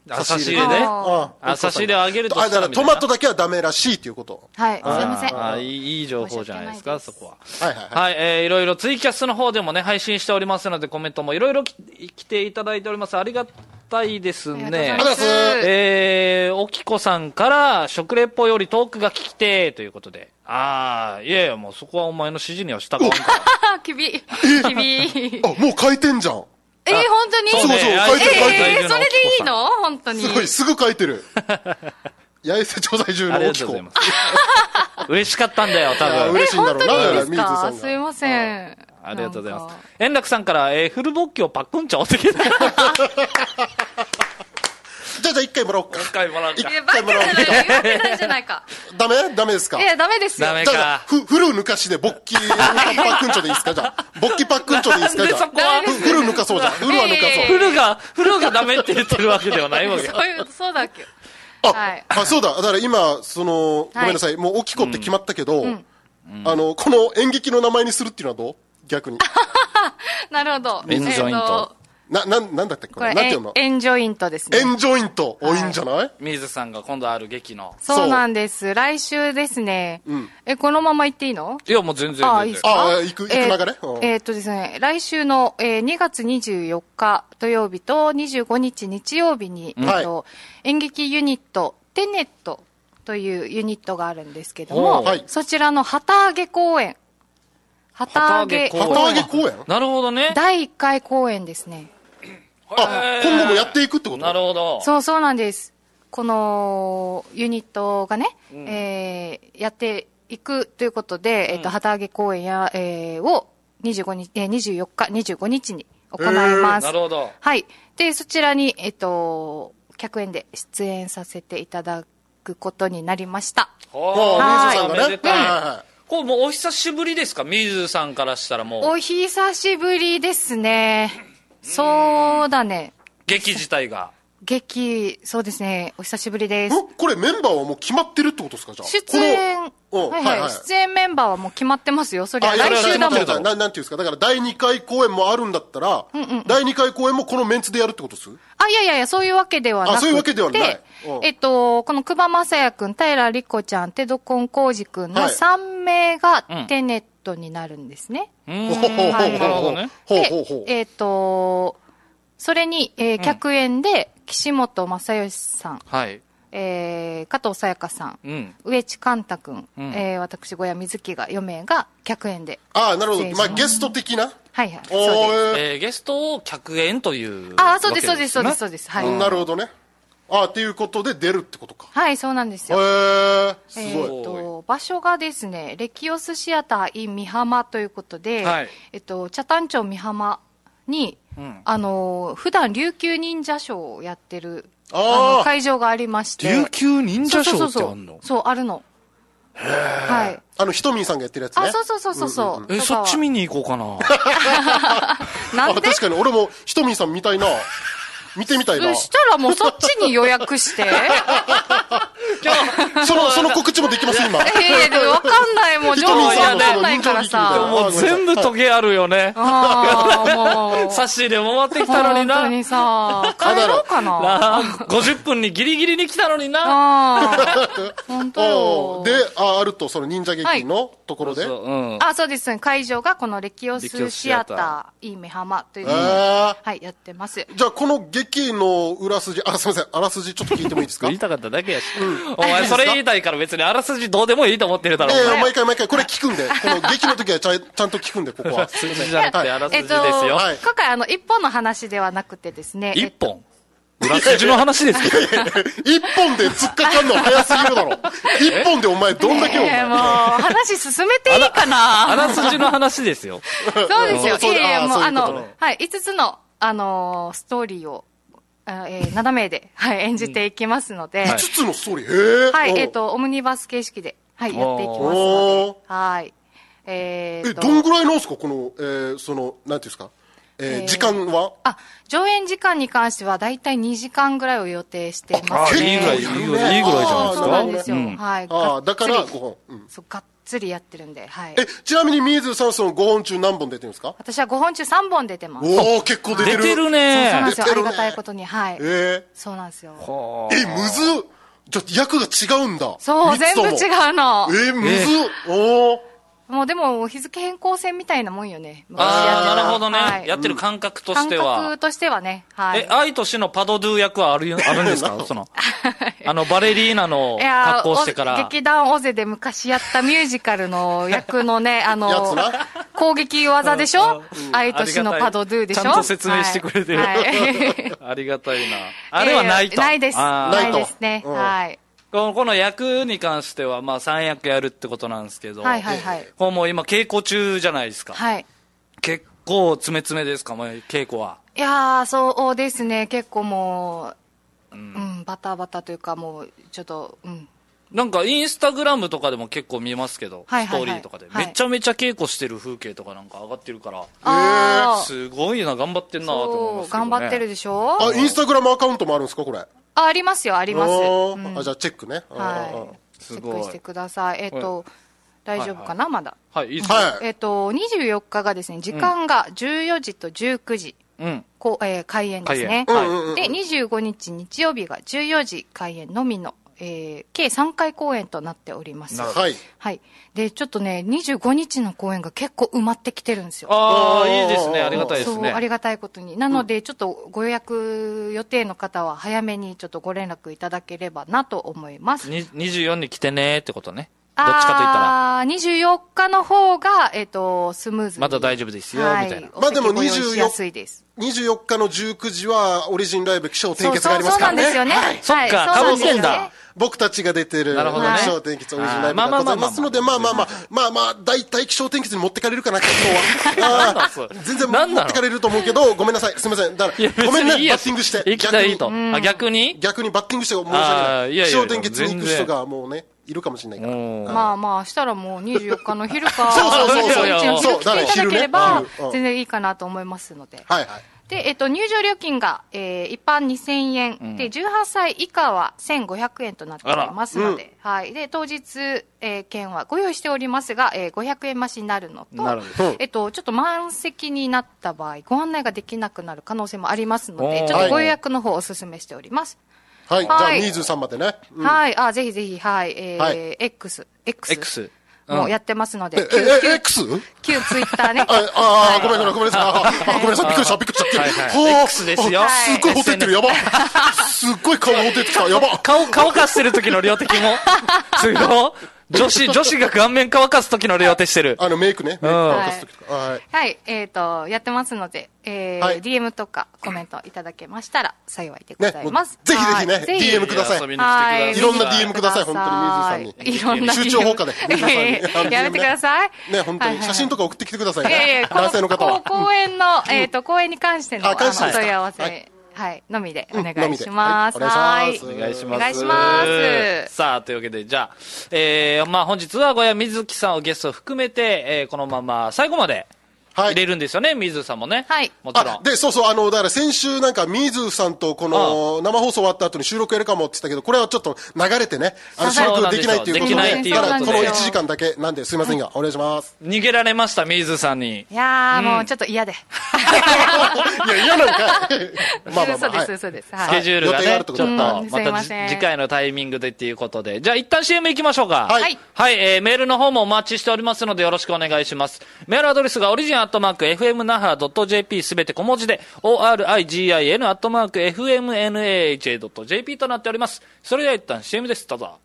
C: や、
B: 差
C: 差
B: し
C: し
B: 入
C: 入
B: れ
C: れね。
A: あー
B: あ
C: あ差し入れをあげると
B: あ、だからトマト
C: だ
B: だけはダメらしいっていうこと。
A: はい、すいません。
C: あ
A: は
C: ーいいいい情報じゃないですか、
A: 申し
C: そ
A: 訳
C: こは。
B: はいはいはい。
C: はい、えー、いろいろツイキャスの方でもね、配信しておりますので、コメントもいろいろき来ていただいております。ありがたいです
A: ありがとうござ
C: ね
A: いま。
B: ありがとうござい
A: す。
C: えー、おきこさんから、食レポよりトークが聞きてーということで。ああ、いやいや、もうそこはお前の指示には 従わんから。
A: あ、き び、きび。えー、
B: あ、もう書いてんじゃん。
A: 本当に
C: そうね
B: そうそう
C: 相手
B: 書いてる書いて
A: え
C: 在
A: ー、そ
C: 住の
A: れでいい
C: お
A: の本当に。
B: すごい、すぐ書いて る。八重瀬町在住
C: あ
B: の
C: りが
B: お
C: と
B: き
C: うござい
B: こ
C: ま。す。嬉しかったんだよ、多
B: いや
C: 分。
B: 嬉しいんだろ
A: え
B: うな、
A: 本当にいい
B: 水
A: です
B: さ
A: か
B: ん
A: すい
B: が。
A: ません。
C: ありがとうございます
A: なんか。
C: 円楽さんから、えーフルボッキをパックンチョって聞いた。
B: じゃゃあじゃあ一回もらおうか。
C: 一回もらおうか
B: 一
A: いや、バ
B: 回
A: カ
B: もらおう
A: じゃ
B: か。
A: ない。言われないじゃないか。
B: ダメダメですか
A: いや、ダメですよ。
C: ダメ
B: じゃあじゃあ、
C: か
B: ふ、フル抜かしで、勃起、パックンチョでいいですかじゃあ、勃起パックンチョでいいですか
C: なん
B: じ
C: で
B: ゃ
C: そ
B: あ
C: こ、は
A: ダメ
B: フ
A: です
B: フル抜かそうじゃん。フルは抜か
A: いやいやい
B: そ
A: や
B: う。
C: フルが、フルがダメって言ってるわけではないわけよ
A: そういう、そうだっけ。はい。
B: あ、そうだ。だから今、その、ごめんなさい。もう、おきこって決まったけど、あの、この演劇の名前にするっていうのはどう逆に。
A: なるほど。
C: エンジョイント
B: な、なん、なんだったっけこ
A: これ
B: れ。なんていうの、
A: エンエンジョイントですね。
B: エンジョイント。お、いいんじゃない
C: 水さんが今度ある劇の。
A: そうなんです。来週ですね。え、このまま行っていいの
C: いや、もう全然
A: ああ、いい
C: 全
A: です
C: 然。
A: か
B: ああ行く行く流れ
A: えー
B: うん
A: えーっとですね、来週の、えー2月24日土曜日と25日日曜日に、
B: ん
A: えーと演劇ユニット、テネットというユニットがあるんですけど
C: お
A: も
C: う
B: はい、
A: そちらの旗揚げ公演。旗揚げ、
C: 旗
B: 旗揚げ公演
C: なるほどね。
A: 第1回公演ですね。
B: あ、今後もやっていくってこと
C: なるほど。
A: そうそうなんです。このユニットがね、えーやっていくということで、えっと、旗揚げ公演や、えーを25日、えー、24日、25日に行います。
C: なるほど。
A: はい。で、そちらに、えっと、客演で出演させていただくことになりました。
B: もう、ミ
A: は
B: ュ
A: い
B: さんがね。
C: おめでた
B: は
C: い
B: いはいはい
C: こう、もうお久しぶりですか水さんからしたらもう、
A: お久しぶりですね。そうだね。
C: 劇自体が。
A: 劇、そうですね。お久しぶりです。
B: んこれメンバーはもう決まってるってことですかじゃあ。
A: 出演、
B: このうん
A: はいはい
B: はいはい
A: 出演メンバーはもう決まってますよ。そりゃ
B: あ、いや
A: 来週だも
B: いやいやいや
A: ん。
B: ななんていうんですか。だから第2回公演もあるんだったら、第2回公演もこのメンツでやるってことです
A: あ、いやいやいや、そういうわけではなくて。
B: あそういうわけではないうん
A: えっと、この久保正也くん、平理子ちゃん、テドコンコウジくんの
B: はい
A: 3名が
C: うん
A: テネットになるんですね。
C: うー
B: ほ
C: ん
B: ほほほ
A: はいなる
C: ほ
B: ほ
C: どね
B: ほ
A: で
B: ほほほ
A: えっと、それに、えー客演で、岸本正義さん、
C: はい。
A: えー加藤さやかさん、
C: うん。
A: 植地寛太くん、
C: うん
A: えー私、小屋水木が4名が客演で。
B: ああ、なるほ
A: 失礼
B: ど。
A: し
B: ま
A: ま
B: あ
A: す
B: ゲスト的な。
A: はいはい。そ
B: お
A: うです
B: ーえ
C: えーゲストを客演という。
A: ああ、そうです、そうです、そうで
C: わけね
A: す、そうです。は
B: ー
A: い。
B: なるほどね。ああ、っていうことで出るってことか。
A: はい、そうなんです
B: へ
A: よ。
B: え、す
A: え
B: ごい。
A: ーっと、場所がですね、レキオスシアター in 美浜ということで、
C: はい
A: えっと、茶谷町美浜に、
C: ん
A: あのー、普段琉球忍者ショーをやってる、
B: あー
A: あの会場がありまして、
C: 琉球忍者ショーって
A: そ
C: あ
A: うそうそ
C: ん
A: う
C: の
A: そう、あるの。はい。
B: あの、ひとみんさんがやってるやつね。
A: あ、そうそうそうそうそう。
C: え、
A: とか
C: そ
A: は
C: っち見に行こうかな。
A: な
B: あ、
A: んで
B: 確かに俺もひとみんさん見たいな。見てみた いな
A: そ。したらもうそっちに予約 して。いや
B: その、その告知もできま す、今。
A: いや、でもわかんない、もう情報わかんないから
B: あ
A: さ。
C: もう全部時計あるよね。
A: ああ、もう。
C: 差し入れも回ってきたのに
A: 本当
C: な。
A: にさ、帰ろうかな。
C: な50分にギリギリに来たのにな。
A: ああ、本当 よ
B: おー。で、あ、あると、その忍者劇のところで。
C: そううん。
A: あ、そうです。会場がこのレキオ
C: レキ
A: ス
C: オス
A: シ
C: シア
A: ア
C: ター
A: ター、いい目浜という
B: へ
A: のを
B: ー
A: はい、やってます。
B: じゃあ、この劇の裏筋、あ、すみません、あらすじちょっと聞いてもいいですか
C: 言いたかっただけやし。お前それ言いたいから別にあらすじどうでもいいと思ってるだろ。
B: え
C: お前
B: え毎回毎回、これ聞くんで、この劇の時はちゃんちゃんと聞くんで、こ こは。
C: 数字じゃなくてあらす
A: え
C: じ
A: っ
C: です
A: と、
C: よ。
B: はい
A: 今回あの、一本の話ではなくてですね。え
C: 一
A: っと
C: 本。裏筋の話です けど。
B: 一本で突っかかんの早すぎるだろ。一本でお前、どんだけお
A: え
B: 前
A: ー。もう、話進めていいかな
C: あらすじの話ですよ。
A: そうです
B: あ
A: よ。
B: ーそう
A: いやい
B: あ
A: や、も
B: ー
A: う、
B: そうい
A: あ
B: うことね
A: の、はい、5つの、あのー、ストーリーを、あえー、7名で、はい、演じていきますので、
C: んは
B: 5
C: い
B: つのストーリー。へえ。
A: はい、えっ、
B: おう。
A: と、オムニバス形式で、はい、
C: おー
A: やっていきます
B: お
A: の
B: ー
A: で、はい。えー
B: え、
A: と
B: どんぐらいなんですかこの、えーその、なんていうんですか
A: え
B: えー
A: ー
B: 時間は
A: あ、上演時間に関しては、だいたい2時間ぐらいを予定しています
B: あ
A: ね。
B: いいぐらいいいぐらいいいぐらいじゃないですか
A: そうなんですよ。
C: うん
A: はい。
B: ああ、だから
A: がっつ
B: 5
A: り
B: 本。うん
A: そう、がっつりやってるんで、はい。
B: え、ちなみに、ミーズさんはその5本中何本出てるんですか
A: 私は5本中3本出てます。そう
B: おお結構出て
C: 出
B: る。
C: てる
A: なん
C: ね
A: ですよ。あ
B: 出てる
A: り
B: ね
A: がたいことに、はい。
B: え
A: そうなんですよ。
B: ー。え、むずっちょっと役が違うんだ。
A: そう、
B: 三つ
A: 全部
B: と
A: 違
B: も
A: うの。
B: えー、むずっおお
A: もうでも、日付変更線みたいなもんよね。昔やって
C: あ
A: た
C: あ、なるほど
A: は
C: ね。
A: い
C: やってる感覚とし
A: 感
C: ては
A: 覚。としてはね、はい
C: え、。愛と死のパドドゥ役はある、 あるんです かその、あの、バレリーナの
A: いやー
C: 格好してか
A: お
C: ら。
A: 劇団オゼで昔やったミュージカルの役の ね、あ
B: やつ
A: の
B: な、
A: 攻撃技でしょ愛と死のパドドゥでしょ
C: ありがたいちゃんと説明してくれてる
A: はいは
C: ありがたいな。 あれはないと。
A: ややないです。
C: あー
A: ないですね。
B: うん
A: はい。
C: このこの役に関しては、まあ3役やるってことなんですけど、
A: はいはいはい
C: こうもう今稽古中じゃないですか。
A: はい。
C: 結構詰め詰めですか、もう稽古は。
A: いやー、そうですね。結構もう、うん、バタバタというか、もう、ちょっと、うん。
C: なんかインスタグラムとかでも結構見ますけど、
A: はいはいはい
C: ストーリーとかで、
A: はい
C: めちゃめちゃ稽古してる風景とかなんか上がってるから、
A: あー
C: すごいな、頑張ってんなと思いま
A: そ
C: す
A: う、
C: けど、ね。
A: 頑張ってるでしょ
B: あ、インスタグラムアカウントもあるんですか、これ。あ
A: あ、ありますよ、あります。うん
B: ーあ、じゃあチェックね。
A: は
C: ー
A: い。
C: す
A: チ
C: ご
A: ェ
C: い
A: ックしてください。えっと、大丈夫かな、まだ。
C: はい、いいです
B: はい
A: えっと、24日がですね、時間が14時と19時、
C: うん。
A: こうえー開演ですね。
C: 開
B: うんうんうんうん
A: で、25日日曜日が14時開演のみの、えー計3回公演となっております
C: な。るほど
B: はい。
A: はい。で、ちょっとね、25日の公演が結構埋まってきてるんですよ。
C: ああ、いいですね。
B: あー
C: ありがたいです
A: そう、
C: ね。
A: ありがたいことに。なので、ちょっとご予約予定の方は早めにちょっとご連絡いただければなと思います。
C: に24に来てねーってことね。どっちかと言ったら、
A: あー24日の方が、えっ、と、スムーズに。
C: まだ大丈夫ですよ、みたいな。
B: まあでも
A: お席ご用意しやすいです。
B: 24日の19時は、オリジンライブ、気象
A: そ
B: 転
A: う
B: 結があ
A: そう
B: りま
A: そ
B: す
A: う
B: か
A: な
B: ら
A: ん
B: ね。
A: ですよね。
B: はい
A: はい
C: そっか
A: うなん
C: 被ってんだ
A: ですよね
B: 僕たちが出てる、
C: なるほど
A: ね
B: 気象転結オリジンライブ
C: はい
B: がございますので、
C: あーま
B: ま
C: あ
B: あ
C: ま
B: ま
C: あ
B: あ
C: ま
B: ま
C: あ
B: あ、まあまあ、大体気象転結に持ってかれるかな、今日は
C: なんだ
B: あ
C: それ
B: ー。全然
C: なん
B: 持
C: なの
B: ってかれると思うけど、ごめんなさい。すみません。だか
C: いや、
B: ら、ごめん
C: 別にい
B: ね、
C: いや
B: バ
C: つ
B: ッティングして。
C: 行きたいと。
B: 逆に
C: あ、逆に
B: 逆にバッティングして申し訳
C: あ
B: な
C: ーい
B: い。
C: や
B: 気
C: いや
B: 象転結に行く
C: 全
B: 人
C: 然
B: がもうね、いるかもしれないから。
C: うん
A: まあまあ、したらもう24日の昼か、
B: そうそう
C: そうそう
A: 25日の昼来ていただければ
B: そうだね昼ね昼う、ん
A: 全然いいかなと思いますので。
B: はいはい。
A: で、えっと、入場料金が、えー一般2000円、で、18歳以下は1500円となっておりますので、はい。で、当日、えー券はご用意しておりますが、えー500円増しになるのと、
C: なるほ
B: ど
A: えっと、ちょっと満席になった場合、ご案内ができなくなる可能性もありますの
C: おー
A: で、ちょっとご予約の方をお勧めしております。
B: はい。じゃあ、
A: はい
B: ミーズさんまでね。うん
A: はい。あ、ぜひぜひ、はい。えー
B: はい
A: X、X。
C: X。うん
A: もうやってますので、
B: え、
A: 旧
B: え、え X?
A: 旧ツイッターね。
B: あ、あー、ごめんごめんごめんなさい。あーあごめんなさい。びっくりした、びっくりした。
C: はいはい
B: ほー
C: X ですよ
B: あすっごいホテってる、やば。すっごい顔ホテってきた、やば。
C: 顔、顔かしてる時の両 手も。すごい。女子、女子が顔面乾かす時の両手してる。
B: あの、メイクね。メイク乾かすときとか。はい。
A: はい、えっ、と、やってますので、えー
B: はい
A: DM とかコメントいただけましたら幸いでご
B: ね
A: ざい
B: も
A: ます。
B: うぜひぜひね
A: はい
B: DM ください
C: 遊びに来てくださ
A: はい
B: いろんな DM ください本当に水
A: いろんな DM
B: 集中砲火で水野さん に
A: やめてください。
B: ね、本当に。写真と
A: か。
B: か送ってきてください
A: いやい
B: ね
A: や、。この
B: 男性の方は。
A: こう公演の、えっ、と、公演に関しての
B: あ
A: あの
B: 関してですか
A: 問い合わせ、
B: は
A: はい
B: い、
A: のみで
B: う
A: お
B: ん
A: 願
B: の
A: い
B: み
A: し
B: で
A: ます。
B: はいお
C: お
B: 願
C: 願いします。
A: お願いします
C: さあ、というわけで、じゃあ、えー、まあ本日は小屋水木さんをゲスト含めて、えー、このまま最後まで
B: は
C: 入れ
B: い。
C: るんですよね、水さんもね。
A: はい
C: もちろ
B: あ
C: ん、。
B: で、そうそう、あの、だから先週なんか、水さんとこの生放送終わった後に収録やるかもって言ったけど、これはちょっと流れてね、あの、収
C: そうなん
B: 録
C: で
B: ですき
C: よ
B: ないということ
A: できないって
B: で、
A: いう
B: だ
A: こと
B: か
A: で
B: らこの1時間だけなんで、すいませんが、お願いします。
C: 逃げられました、水さんに。
A: いやー、もうちょっと嫌で。
B: いや、嫌なんかい。 まあまあま
A: 嘘
B: あ。
A: で
B: はい
A: す、嘘です。
C: ス
A: は
C: ケ
A: い。
C: ジュール
B: 予
C: が
B: 定があ
C: ね、
B: るっ
C: ち
B: て
C: ょっ、
B: ことと
A: だ
C: ま
A: うんすい
C: た
A: ま
C: じ
A: せん
C: 次回のタイミングでっていうことで。じゃあ一旦 CM 行きましょうか。
B: はい
A: はい
C: はい、えー、メールの方もお待ちしておりますのでよろしくお願いします。メールアドレスが、オリジンアットマーク、fmnaha.jp すべて小文字で、origin アットマーク、fmnaha.jp となっております。それでは一旦 CM です。どうぞ。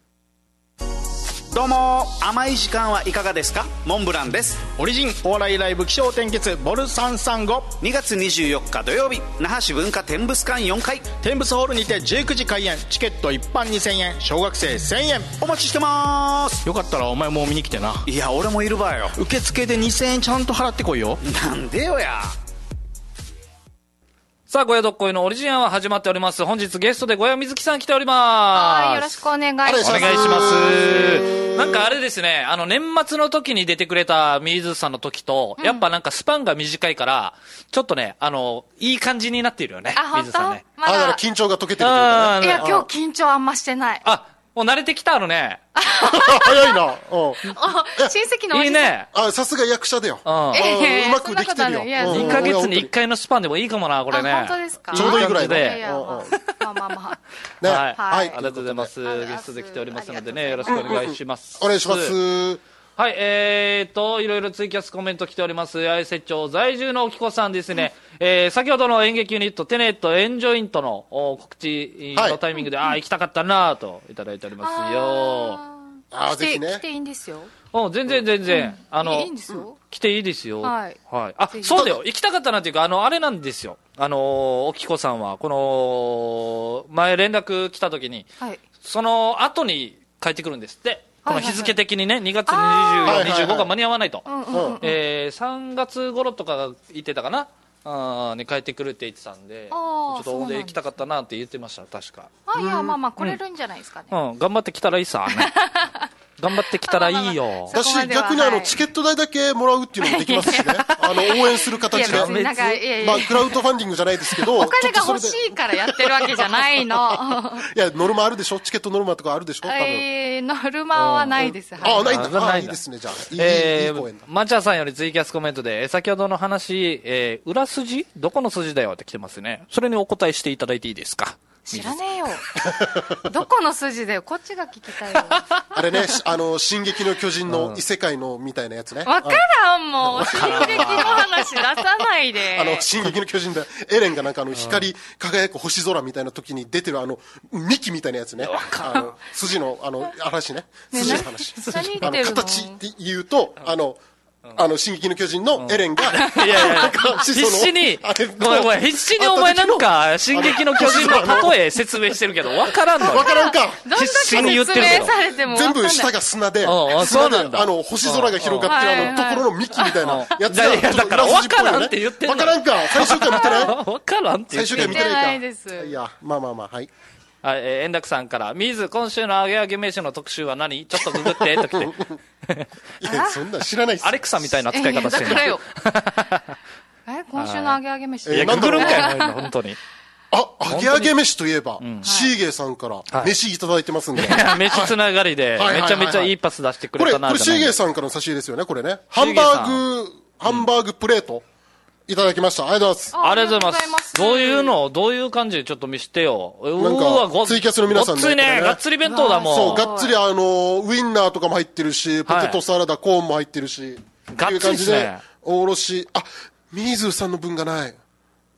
D: どうも甘い時間はいかがですかモンブランです
E: オリジンお笑いライブ気象転結ボル335
D: 2月24日土曜日那覇市文化天物館4階
E: 天物ホールにて19時開演チケット一般2000円小学生1000円
D: お待ちしてます
E: よかったらお前も見に来てない
D: や俺もいるばよ
E: 受付で2000円ちゃんと払ってこいよ
D: なんでよや
C: さあ、小屋どっこいのオリジンアは始まっております。本日ゲストで小屋みずきさん来ております。
A: はい、よろしくお願いします。
B: お
C: お願いします。なんかあれですね、あの、年末の時に出てくれたミーズさんの時と、やっぱなんかスパンが短いから、ちょっとね、あの、いい感じになっているよね、
A: あ、
C: ミー
A: 本
C: ズ
A: 当
C: さんね。
A: ま
B: あ、だから
A: だ。
B: 緊張が解けてるというか
C: あ
A: いや、
C: ー
A: 今日緊張あんましてない。
C: あ、もう慣れてきたのね。
B: ね。 早いな。うん
A: あ親戚のお
C: いい
A: じさん。
C: ね。
B: あ、さすが役者だよ。
C: う
A: え
C: ん。
B: あ
A: え
B: ーうまくできて
A: そんな
B: る
A: ことは
B: よ。
A: ないいや
B: うん
C: 2ヶ月に1回のスパンでもいいかもな、これね。
A: あ本当ですか
B: ちょうどいいぐらい
C: 感
B: の
C: じ
A: い
C: で
A: やいや、まあ、まあまあまあ。
B: ね、
C: はい、
A: は
C: あ
A: い
C: りがとうございます。
A: ということで
C: ゲストで来ておりますのでね、
A: あ
C: よ
A: り
C: ろ
A: が
C: し
A: と
C: く
A: う
C: お
A: ございます
C: 願いします。
B: お願いします。
C: はい、えーと、いろいろツイキャスコメント来ております。八重瀬町在住のおきこさんですね。えー、先ほどの演劇ユニット、テネット、エンジョイントのお告知
B: はい
C: のタイミングで、ああ、行きたかったなぁといただいておりますよ。
B: あー
A: 来て
B: ぜひね
A: 来ていいんですよ。
C: うん、全然全然。あの、
A: いいいんですよ。
C: 来ていいですよ。
A: はい
C: あ
A: ぜ、ひ
C: そうだよ。行きたかったなっていうか、あの、あれなんですよ。あのー、おきこさんは、この、前連絡来た時に、
A: はい。
C: その後に帰ってくるんですって。この日付的にね、2月
A: あ
C: 24、
B: ー
C: 25が間に合わないと。
A: うんうんうん。
C: えー、3月頃とかが言ってたかな、あーに帰ってくるって言ってたんで、ち
A: あー
C: ょっ
A: そ
C: と
A: うなん
C: 大
A: だ
C: で行きたかったなって言ってました、確か。
A: あ、いや、まあまあ、来れるんじゃないですかね。
C: うん、頑張ってきたらいいさ、ね 頑張ってきたらいい
A: まあまあま
C: よ
A: あ。そ
B: だ
A: こ
B: し
A: ま、では
B: 逆にあ
A: は
B: の、
A: い
B: チケット代だけもらうっていうのもできますしね。あの、応援する形
A: いや、
B: で
A: 別。になんか、いやい
B: まあ
A: や、、
B: クラウドファンディングじゃないですけ ど、
A: お金が欲
B: ちょっとそ
A: しいからやってるわけじゃない の。
B: れでいや、ノルマあるでしょチケットノルマとかあるでしょ多分。
A: えー、ノルマはないです。
B: あ、
A: はい。
B: ないん
C: あな
B: だ。あ
C: い
B: い
C: んだ
B: いですね、じゃあ。いい、い
C: え
B: い公演
C: ー
B: だ、。
C: マチャさんよりツイキャスコメントで、えー先ほどの話、えー裏筋どこの筋だよって来てますね。それにお答えしていただいていいですか
A: 知らねえ よ。どこの筋だよ。こっちが聞きたいよ。
B: あれね、しあの、進撃の巨人の異世界のみたいなやつね。
A: わからんもん。進撃の話出さないで。
B: あの、進撃の巨人で、エレンがなんかあの、光り輝く星空みたいな時に出てるあの、幹みたいなやつね。あの、筋の、あの、話ね。
A: ね
B: 筋の話。
A: な何言
B: あ
A: ってる
B: の、
A: の
B: 形って言うと、あの、あの、進撃の巨人のエレンが、
C: いやいや、 必死に、ごめんごめん、必死にお前なんか、進撃の巨人の例え説明してるけど、わからんのよ
B: わからんか
A: どんだけ説明されてもわかん
B: 全
A: な
B: 部
A: い。
B: 下が砂で、
C: うんうん
B: 砂で
C: そうなんだ
B: あの、星空が広がって
A: うんは
B: るあの、
A: いはい
B: ところの幹みたいなやつ
C: うんいやいやだから
B: ちょっと裏筋ぽいよね
C: わからんって言ってんの
B: わからんか最終回見てない
C: わからんって
B: 最
C: 言って
B: 終
C: んの
B: 回見てない
A: 見て
B: か
A: ないです
B: いや、まあまあまあ、はい。
C: はい、えー円楽さんから、ミーズ、今週のアゲアゲ名所の特集は何ちょっとググって、と来 て。
B: いや、そんなん知らないっす
C: ア。レクサみたいな使い方して
A: え
C: る
A: だからよ。 え、今週のあげあげ飯。
C: い
B: え
C: や、
B: ーなんだ
C: グ
B: ろ
C: グる
B: うん
C: かいな、本当に。 い
B: あ、揚げ揚げ飯といえば、シーゲーさんから
C: い
B: 飯いただいてますんで。
C: や飯つながりで、
B: はいはい
C: めちゃめちゃいいパス出してく
B: これ、
C: れた
B: こ
C: な、
B: れシー
C: じ
B: ゲー
C: ゃない
B: さんからの差し入れですよね、これね。ハ
C: シー
B: ン
C: ゲー
B: バ
C: さん
B: ーグ、ハンバーグプレート、いただきました。ありがとうございます。
C: ありがとうございます。どういうのどういう感じでちょっと見してよ。う
B: なんか
C: ーご
B: ツイキャスの皆さんね
C: ごっつい
B: これ
C: ね。
B: ね
C: がっつり弁当だ、
B: そ
C: も
B: う、
C: う。
B: がっつりあの、ウインナーとかも入ってるし、ポテトサラダ、コーンも入ってるし、
C: がっつり
B: っていう感
C: っすね
B: じで、おろし、あ、ミーズーさんの分がない。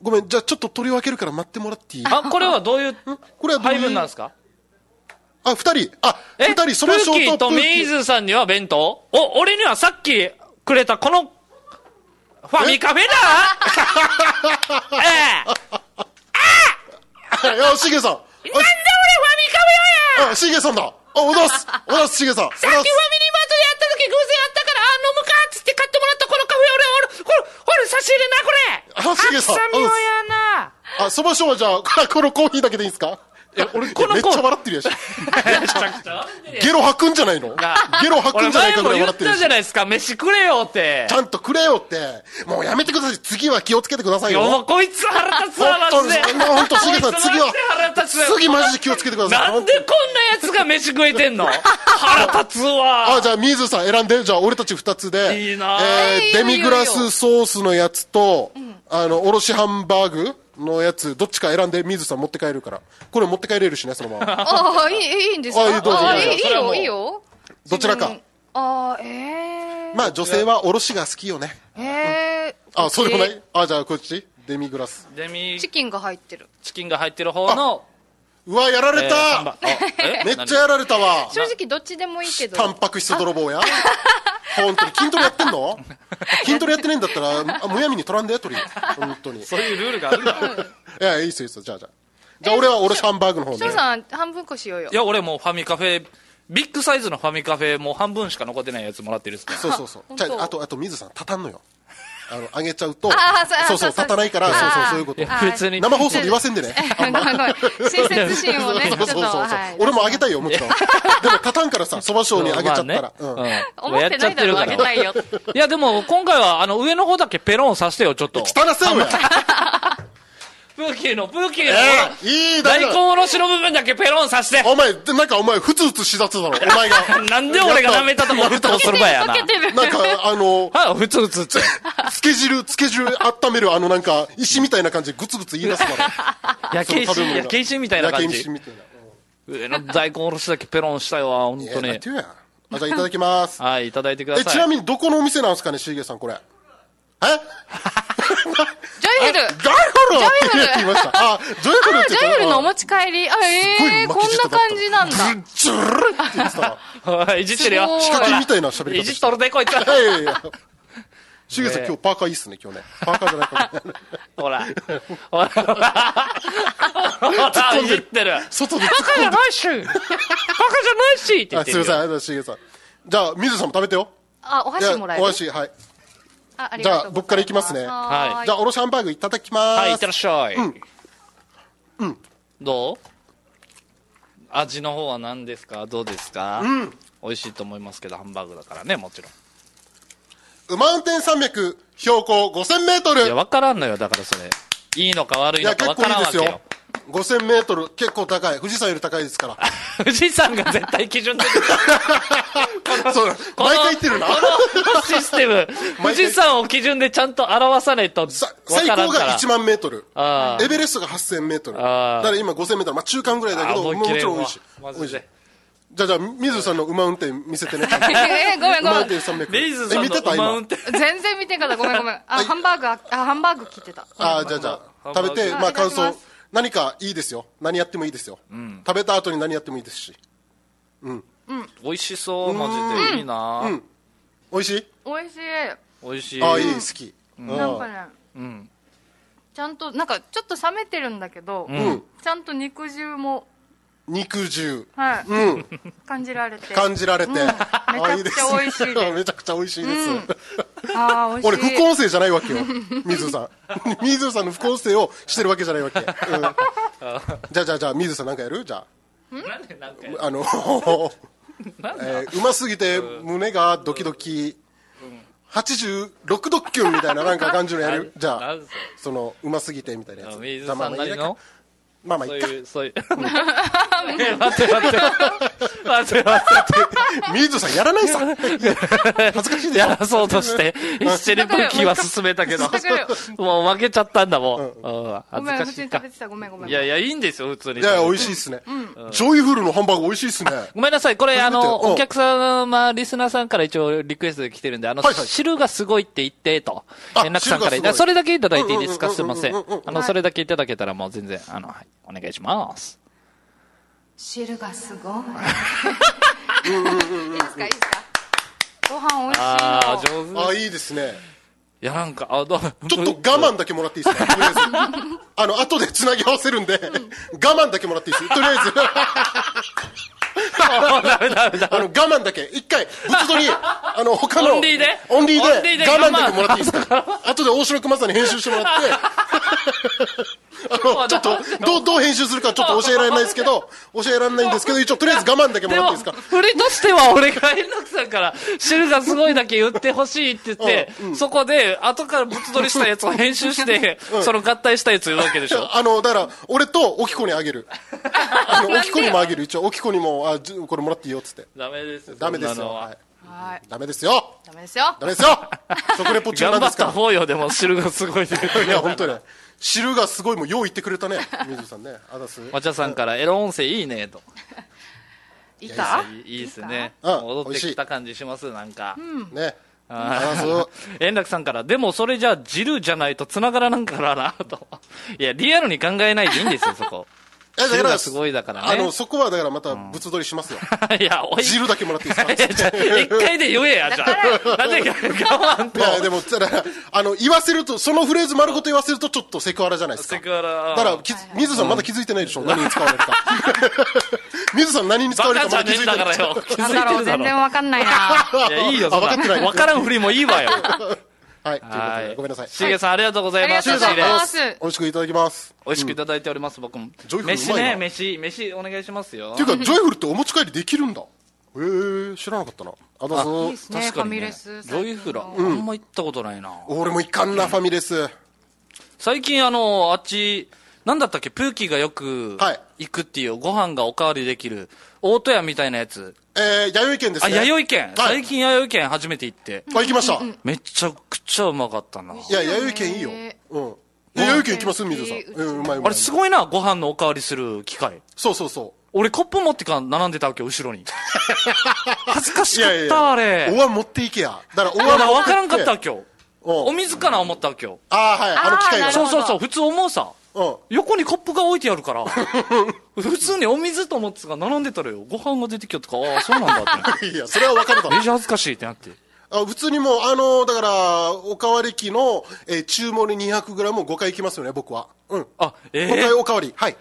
B: ごめん、じゃあちょっと取り分けるから待ってもらっていい
C: あ、これはどう いう
B: これはどう
C: 配
B: い
C: 分
B: う
C: なんですか
B: あ、二人、あ、
C: え
B: 二人、そのショ
C: プーキ
B: ー
C: ーと
B: ト
C: メイズさんには弁当お、俺にはさっきくれたこの、ファミカフェだ
B: あ
C: ええ
B: いや、シゲさん。なんで俺ファミカメやあ、シゲさんだ。あ、おだす。おだす、シゲさん。おだす。
C: さっきファミリーマートでやった時偶然あったから、あ、飲むかっつって買ってもらったこのカフェ、俺、俺、ほら、ほら、差し入れな、これ
B: あシゲさん
C: あくさみをやな
B: あ、そばしょうはじゃあ、 ここのコーヒーだけでいいんですかいや、俺、
C: このコー
B: めっちゃ笑ってるやし。 ゲロ吐くんじゃないのゲロ吐く
C: 俺
B: んじゃない
C: 前
B: か
C: も
B: ぐらい笑
C: 言っ
B: ってる
C: た
B: し
C: じゃ。ないですか、飯くれよって
B: ち。ゃんとくれよって。もうやめてください。次は気をつけてくださいよ。
C: よもこいつ腹立つ話
B: 本当に
C: で。
B: もう本当シゲさん、次は
C: こいつ腹立つ、
B: 次マジで気をつけてください。
C: なんでこんな奴が飯食えて んの腹立つわ
B: あ、じゃあ、ミーズさん選んで、じゃあ、俺たち二つで。
C: いいなぁ
B: えーデミグラスソースのやつと、あの、おろしハンバーグのやつ、どっちか選んで、ミーズさん持って帰るから。これ持って帰れるしね、そのま ま。
A: ああ、いい、いいんですか
B: あいいどうぞ
A: あ
B: どうぞ
A: いいいい
C: それは
A: よ、
C: もう
A: いいよ。
B: どちら
A: 自
B: か
A: 分。。ああ、ええ。
B: まあ、女性はおろしが好きよね。
A: ええ。
B: あ、そうでもな
A: え
B: いあ、じゃあ、こっちデミグラス。
C: デミ
A: ーチキンが入ってる。
C: チキンが入ってる方の、
B: うわ、やられためっちゃやられたわ。
A: 正直どっちでもいいけど。
B: タンパク質泥棒や。本当に筋トレやって んの筋トレやってないんだったら、あむやみに取らんで、鳥。本当に。い
C: そういうルールがあるんだ。
B: や、いいっすよ、いいっすよ。じゃあ、じゃあ。じゃあ、俺はおろしハンバーグの方ね
A: 翔。さん、半分こしようよ
C: い。や、俺もうファミカフェ、ビッグサイズのファミカフェ、もう半分しか残ってないやつもらってるんですから。
B: そうそうそ
A: あ
B: う。じゃ
A: 本当
B: あ、あと、あと、水さん、立たんのよ。あの、あげちゃうと、
A: あーそうあー
B: そ
A: そう
B: うそう、
A: そう
B: 立たないから、そうそう、そういうこ
C: い
B: と。
C: や、別に。
B: 生放送で言わせんでね。
A: ごめんごめん。親切心をね、ち ょっ
B: そうそう
A: と、
B: そうそう。
A: はい。
B: 俺もあげたいよ、もちろ ん。でも、立たんからさ、そば賞にあげちゃったら。
C: まあ
B: うん。
C: ねうん
A: 思ってないだろ、
C: や
A: あ
C: っち
A: げ
C: ゃってる
A: た
C: から
A: いよ。
C: いや、でも、今回は、あの、上の方だけペロンさせてよ、ちょっと。
B: 汚せよ、や。
C: プーキーの、プーキーの、
B: ええいい、だ
C: 大
B: か
C: 根
B: ら。
C: おろしの部分だけペロンさせて。。
B: お前、でなんかお前、ふつふつしだつだろ、お前が
C: なんで俺が舐めたと思ってとするば やな。
A: 溶けてる。
B: なんか、あの、
C: は普通普通って。
B: つけ汁、つけ汁温める、あのなんか、石みたいな感じでグツグツ言い出すから。
C: 焼け
B: その食べ
C: 石、
B: 物が
C: 焼け石みたいな感
B: 焼け
C: じ
B: 石。みたいな。
C: 上の大根おろしだけペロンしたいわ、本
B: え
C: 当
B: ーな
C: に
B: んて。言うやんあ、じゃあいただきます。
C: はい、いただいてくだ
B: え、ちな
C: さい。
B: みにどこのお店なんですかね、シーゲさん、これ。え
A: ジョイフル
B: ジョイフルって言いました。あ、ジョイフル
A: あ
B: っ
A: ー
B: て
A: ジ
B: 言
A: ョイフ
B: って
A: ルのお
B: た。
A: 持ち帰りあ、ええ
B: す
A: ー、
B: ごい
A: こん
B: 巻き
A: な
B: 舌だった
A: 感じなんだ。
B: ジュルって言ってたわ。
C: はいいじってるよ。
B: ヒ
A: す
B: カ
A: ご
B: キンみたいな喋り
C: い
B: 方
C: じっ
B: して
C: とるで、こいつ。
B: た。いやいやいや。シーゲさ
C: ね
B: ん、
C: え
B: 今日パーカーいいっすね、今日ね。パーカーじゃないかも。
C: ほら。ほら。ほら、いじってる。
B: 外で突っ
C: バカじゃないしバカじゃないし
B: 込
C: って言
B: ん
C: って
B: で。す
C: る
B: いません、
C: よ。
B: ありがとうございます、シーゲさん。じゃあ、水さんも食べてよ。
A: あ、お
B: いや
A: 箸もらえ
B: お
A: る。
B: 箸、はい。
A: ああり
B: じ
A: が
B: ゃ
A: と
B: あ
A: うございます
B: 僕からいきますね
A: はー
C: は
A: じ
B: じ
A: ゃ
B: ゃあおろしハンバーグいただきます、
C: はい、いってらっしゃい。
B: うん
C: どう味の方は何ですかどうですか、美味しいと思いますけど、ハンバーグだからね、もちろん。
B: 馬運転山脈標高5000メートル
C: いや、わからんのよ、だからそれ。いいのか悪い
B: い
C: の
B: や
C: か
B: 結
C: わ
B: 構
C: か
B: い
C: らん
B: いで
C: わ
B: す
C: け
B: よ
C: よ。
B: 5000メートル結構高い富士山より高いです から
C: 富士山が絶対基準で。
B: そうだ
C: この
B: 毎回言ってるな
C: このシステム。富
B: 毎回
C: 士山を基準でちゃんと表さないとわ
B: さ
C: か
B: 最
C: ら
B: 高
C: んから。
B: が1万メートル
C: あー
B: エベレストが8000メートルだ
C: あー
B: から今5000メートルまあ中間ぐらいだけ
C: あー
B: どもう
C: 思いっ
B: も
C: きり
B: ちろん美味しい
C: マジ
B: 美
C: で
B: 味しいじゃあじゃあ水野さんの馬運転見せて ね
A: あ、えーごめんご
B: 馬運
A: めん。
B: 転山脈
C: レイズさ
B: え
C: ん
B: 見て
C: の
B: た
C: マウ
B: 今
C: ンテン。
A: 全然見てんかった。ごめんごめん。あ、ハンバーグあ、あハンバーグ切ってた。
B: ああじゃあじゃ
C: ハン
B: あ
C: バーグ
B: 食べてま
A: あ
B: あ
A: いただ
B: 感
A: きます
B: 想何かいいですよ何やってもいいですよ食べた後に何やってもいいですし
C: 美味しそう、マジで。いいな、
B: うん美味しい
A: 美味しい。
C: 美味しい。
B: ああいい好きうん
A: なんかね、
C: うん。
A: ちゃんと、なんかちょっと冷めてるんだけど、
B: うん
A: ちゃんと肉汁も、
B: 肉汁
A: はい、
B: うん
A: 感じられて。
B: 感じられて、
A: めちゃくちゃ美味しいです
B: あです めちゃくちゃ美味しいです、
A: ああ、美
B: 俺
A: 味しい。
B: 副音声じゃないわけよ水野さん 水野さんの副音声をしてるわけじゃない わけ、うんじゃあじゃあじゃあ水野さんなんかやるじゃあ
C: なんでなんかや
B: あの、
C: なんだ
B: えーうますぎて胸がドキドキ、86ドッキュンみたいななんか感じのや るじゃ
C: な
B: あ
C: んす
B: そのうますぎてみたいなやつ
C: 水
B: まあま
C: 野
B: あ
C: さんなりの
B: まあまあ
C: そ
B: いういか
C: いう、そういう。え待って待って待って待って待
B: 水野さんやらない さ恥ずかしい
C: っ
B: で し
C: て。や
B: ょ
C: らそうとして、一緒に武器は進めたけど
A: だから、
C: もう負けちゃったんだもん。うん
A: ご
C: 恥ず
A: めん、
C: か
A: 普
C: し
A: 通
C: い
A: に
C: か
A: 食べ。てた。ごめんごめん。
C: いやいや、いいんですよ、普通に。
B: いやいや美味しいっすね、ジョイフルのハンバーグ美味しいっすね
C: ごめんなさい、これ、あ
B: 初めて
C: の、
B: うん
C: お客様、リスナーさんから一応リクエストで来てるんで、あの、
B: はいはい
C: 汁がすごいって言って、と、
B: あ
C: 円楽さんからい
B: 汁がすごい
C: それだけいただいていいですか
B: うん
C: すいません
B: うんうんうんうん。
C: あの、それだけいただけたらもう全然、あの、はい、お願いします。
A: 汁がすごい。いいですか、いいですか。ご飯美味しいの。
C: あー、上手。
B: あいいですね
C: いや、なんか、あ、 どう
B: ちょっと我慢だけもらっていいですかとりあえ ず。あの、後で繋ぎ合わせるんで、我慢だけもらっていいですとりあえず。
C: もうダメダメ ダ
B: あの、我慢だけ。一回、仏とに、あの、他の。
C: オンリーで
B: オンリ
C: オン
B: ー
C: リー
B: で
C: で、
B: 我慢だけもらっていいですか後で大城くまさんに編集してもらっ て、あの、ちょっと、どう、どう編集するかちょっと教えられないですけど、教えられないんですけど、一応、とりあえず我慢だけも
C: で
B: らっていいです
C: も、
B: か
C: 振りとしては俺が円楽さんから、汁がすごいだけ言ってほしいって言って、そこで、後からぶつ取りしたやつを編集して、 その合体したやつ言うわけでしょ。
B: あの、だから、俺と、おきこにあげる。あの、おきこにもあげる。一応、おきこにも、あ、じゅこれもらっていいよ、つって。
C: ダメですよ。
B: ダメで
C: そ
B: す
C: んな
B: よ。
C: のは
B: はい
A: はい。
B: ダメですよ。
A: ダメですよ。
B: ダメです よ食レポ中な
C: 頑
B: ん
C: 張
B: で
C: っ
B: すか
C: た
B: ら。
C: 方よ、でも、汁がすごいで。
B: いや、本当に。汁がすごい、もう、よう言ってくれたね。水野さんね。あだす。
C: お茶さんから、エロ音声いいね、と。
A: いた
C: いいいいっすね。
B: うん
C: 戻ってきた感じします、なんか。
B: ね。あだす。
C: あー円楽さんから、でもそれじゃあ、汁じゃないと繋がらなんからな、と。 いや、リアルに考えないでいいんですよ、そこ。
B: え
C: 汁がすごいだからね
B: あの、そこは、だからまた、ぶつ撮りしますよ。
C: いや、 おい。
B: 汁だけもらっていいですか
C: いやじゃあ 一回で言えや、じゃあ。なんで我慢
B: いや、
C: と。
B: でも、ただ、あの、言わせると、そのフレーズ丸ごと言わせると、ちょっとセクハラじゃないですか。
C: セクハ
B: だ
C: ラ
B: から、き水野さんまだ気づいてないでしょ何に使われ るか。水野さん何に使わ
C: バ
B: れる
C: カ
B: か
C: じ
B: ま
C: ゃ
B: だ
C: ね
B: 気づいてな
C: えんだから
B: い。
C: よ。気
A: なん
C: づ
A: だろ
C: いてる
A: う、
C: だ
A: 全然
C: ろ。
A: わかんないな。
C: いや、いいよ、
B: あ分かってない
C: わからんふりもいいわよ。
B: はい、ということ
C: は
B: で、ごめんなさい。
C: しげさん、ありがとうございます。
A: ありがとうございます
B: シゲさん美味しくいただきます。
C: 美味しくいただいております、僕も
B: ジョイ。フルう
C: 飯
B: まい
C: ね、
B: な
C: 飯、飯、お願いしますよ
B: ってい。うか、ジョイフルってお持ち帰りできるん だ。へえー、知らなかったな。あだす。
A: いいですね、ファミレス。
C: ジョイフラ、あんま行ったことないな。
B: 俺もいかんな、ファミレス。
C: 最近、あの、あっち、なんだったっけ、プーキーがよく
B: はい
C: 行くっていう、ご飯がおかわりできる、大戸屋みたいなやつ。
B: えー、弥生県です
C: あ、
B: ね。
C: 弥生県
B: はい
C: 最近弥生県初めて行って。
B: あ、行きました。
C: めちゃくちゃうまかったな。
B: いや、弥生県いいよ。うん。で弥生県行きます水野さん。うん、うまいうまい。
C: あれす
B: い。
C: ごいな、ご飯のおかわりする機会。
B: そうそうそ
C: 俺コップ持ってか並んでたわけよ、後ろ に。恥ずか
B: う。
C: しかった、あれ。
B: お
C: わ
B: 椀持っていけや。だから、お椀持って
C: わからんかったわけよ。
B: お
C: お水かな思ったわけよ。
B: ああ、はい。あの機械
A: な
B: が。
A: るほ
C: そう
A: ど
C: そうそう、普通思うさ。
B: うん。
C: 横にコップが置いてあるから、普通にお水と思ってたから並んでたらよ、ご飯が出てきよってから、ああ、そうなんだって。
B: いや、それは分かるだ
C: め
B: ろ
C: っちゃ恥ずかしいってなって。
B: あ普通にもう、あのだから、おかわり機の、えー注文に 200g を5回いきますよね、僕は。うん。
C: あ、え
B: 5回
C: え
B: おかわり。はい。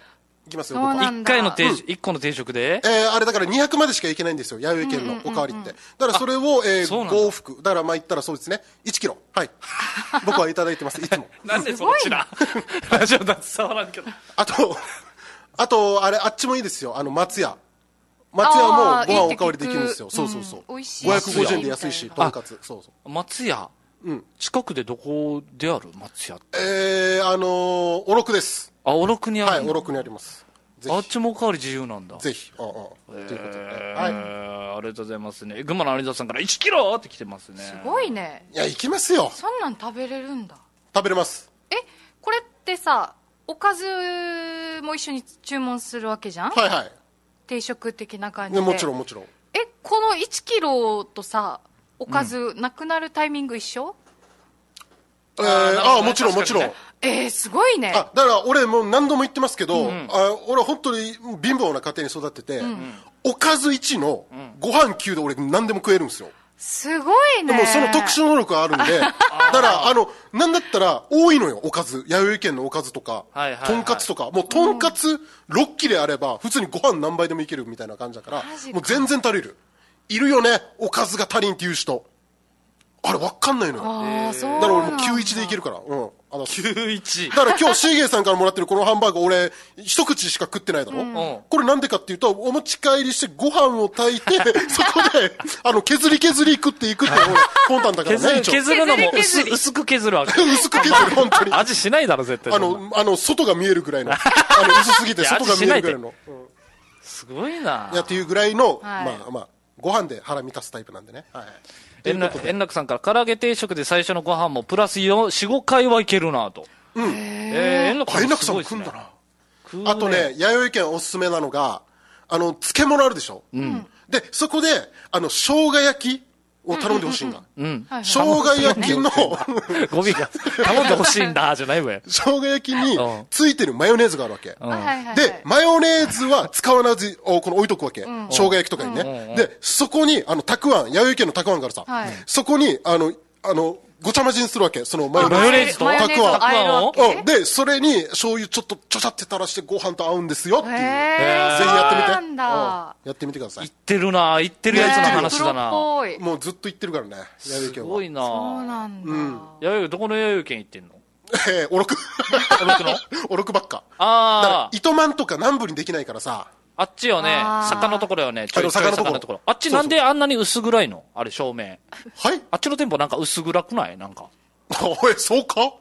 B: いきますよ、
A: そう
B: 僕
A: な。
B: は
A: んだ。
C: 一回の定食、一個の定食で
B: えーあれだから200までしか行けないんですよ、弥生県のおかわりって。だからそれを、えー
C: そうなんだ
B: 5往復。だからまあ言ったらそうですね。1キロ。 はい。僕はいただいてます、いつも。
C: なんでそっちなラジオだって伝わらんけど。
B: あと、あと、あれ、あっちもいいですよ。あの、松屋。松屋も
A: あー
B: ご
A: いい
B: 飯
A: って
B: おかわりできるんですよ。
A: 聞く
B: そうそうそう。
A: うん美味しい
B: 550円で安いし、
A: み
B: とんかつ。そうそう。
C: 松屋、近くでどこである松屋って。
B: えー、あのー、おろくです。
C: あ、おろくにあ
B: は
C: る
B: い、
C: の
B: おろくにあります。ぜ
C: あっ
B: ひ、
C: ちもおかわり自由なんだ。
B: ぜひ。うんうん。ということで。は
C: はいい。。ありがとうございますね。群馬の有田さんから1キロって来てますね。す
A: すごいね。
B: いや、行きますよ。
A: そんなん食べれるんだ。
B: 食べれます。
A: え、これってさ、おかずも一緒に注文するわけじゃん、
B: はいは
A: 定食的な感
B: い。
A: じで。
B: ね、もちろんもちろん。
A: え、この1キロとさ、おかずなくなるタイミング一緒、
B: えー、
C: なるほど
B: あ
C: ね
B: あ、もちろんも
C: 確
B: ち
C: か
B: ろ
C: に
B: ん。
C: ね
A: えー、すごいね。
B: あだから俺、もう何度も言ってますけど、あ俺、本当に貧乏な家庭に育ってて、おかず1のご飯9で俺、何でも食えるんですよ。
A: すごいね。
B: でもその特殊能力があるんで、だから、あの、なんだったら多いのよ、おかず。弥生県のおかずとか
C: はいはいは、い
B: とんかつとか、もうとんかつ6切れあれば、普通にご飯何杯でもいけるみたいな感じだから
A: マジ、か
B: もう全然足りる。いるよね、おかずが足りんっていう人。あれ、わかんないのよ。
A: ああ、そうな
B: だ
A: ん
B: か
A: だ。
B: ら俺もう91でいけるから、うん。あの
C: 91。
B: だから今日、シーゲイさんからもらってるこのハンバーグ、俺、一口しか食ってないだろ、これなんでかっていうと、お持ち帰りしてご飯を炊い て、そこで、あの、削り削り食っていくっていう、俺、魂胆だから
C: 削
B: ね、
C: る、
B: 一応。
C: 削るのも
A: 削
C: 薄
A: り削り
C: 薄く削るわけ。
B: 薄く削る、本当に。あ
C: 味しないだろ、絶対。
B: の、あの、外が見えるぐ らいの。あの、薄すぎて、
C: いや
B: 外が見えるぐらいの。
C: すごいな。
B: いや、っていうぐらいの、
A: はい
B: まあまあ、ご飯で腹満たすタイプなんでね。はい。
C: 円楽円楽さんから、唐揚げ定食で最初のご飯もプラス4、4、5回はいけるなと。うん。えー、円楽さ
B: あ、
C: ん
B: 円
C: も
B: 楽
C: す
B: さん
C: ごい
B: も来ん
C: ですね。
B: だな。
C: 食う
B: あとね、、弥生県おすすめなのが、あの、漬物あるでしょ。で、そこで、あの、生姜焼きを頼んでほしいんだ。
A: はいはい
B: 生姜焼きの、
C: ゴミが、頼んでほしいんだ、じゃないわよ。
B: 生姜焼きに
C: うん
B: ついてるマヨネーズがあるわけ。
A: あはいはいはい、
B: で、マヨネーズは使わず、おこの置いとくわけ。生姜焼きとかにね。で、そこに、あの、たくあん、弥生県のたくあんからさ
A: はい、
B: そこに、あの、あの、ごちゃ混じにするわけ。そのマヨネー
C: マ
B: ズ。
C: ヨネーズと
A: マヨネーズをあえるわけ
B: うん。で、それに醤油ちょっとちゃちゃって垂らしてご飯と合うんですよっていう。
A: へ
B: ぜ
A: え
B: ひやってみ
A: そ
B: て。
A: うなんだ
B: うんやってみてください
C: 言っ。てるな、言ってるやつの話だ
A: プロっ
C: な。
A: ぽい。
B: もうずっと言ってるからね、弥生
C: す
B: 県
C: ご
B: は。
C: い
A: そう
C: な。
A: なんだ。
C: 弥生、どこの弥生県行ってんの
B: えーおろく。おろくの おろくばっか。だから
C: あ、ー、
B: 糸満とか南部にできないから さ、
C: あっちよね
A: あ、ー
C: 坂のところよね、ちょ
B: あの
C: いちょい
B: 坂のところ
C: 坂のところ。あっちなんであんなに薄暗いのあれ、照明。
B: はい
C: あっちの店舗なんか薄暗くないなんか。
B: おい、そうか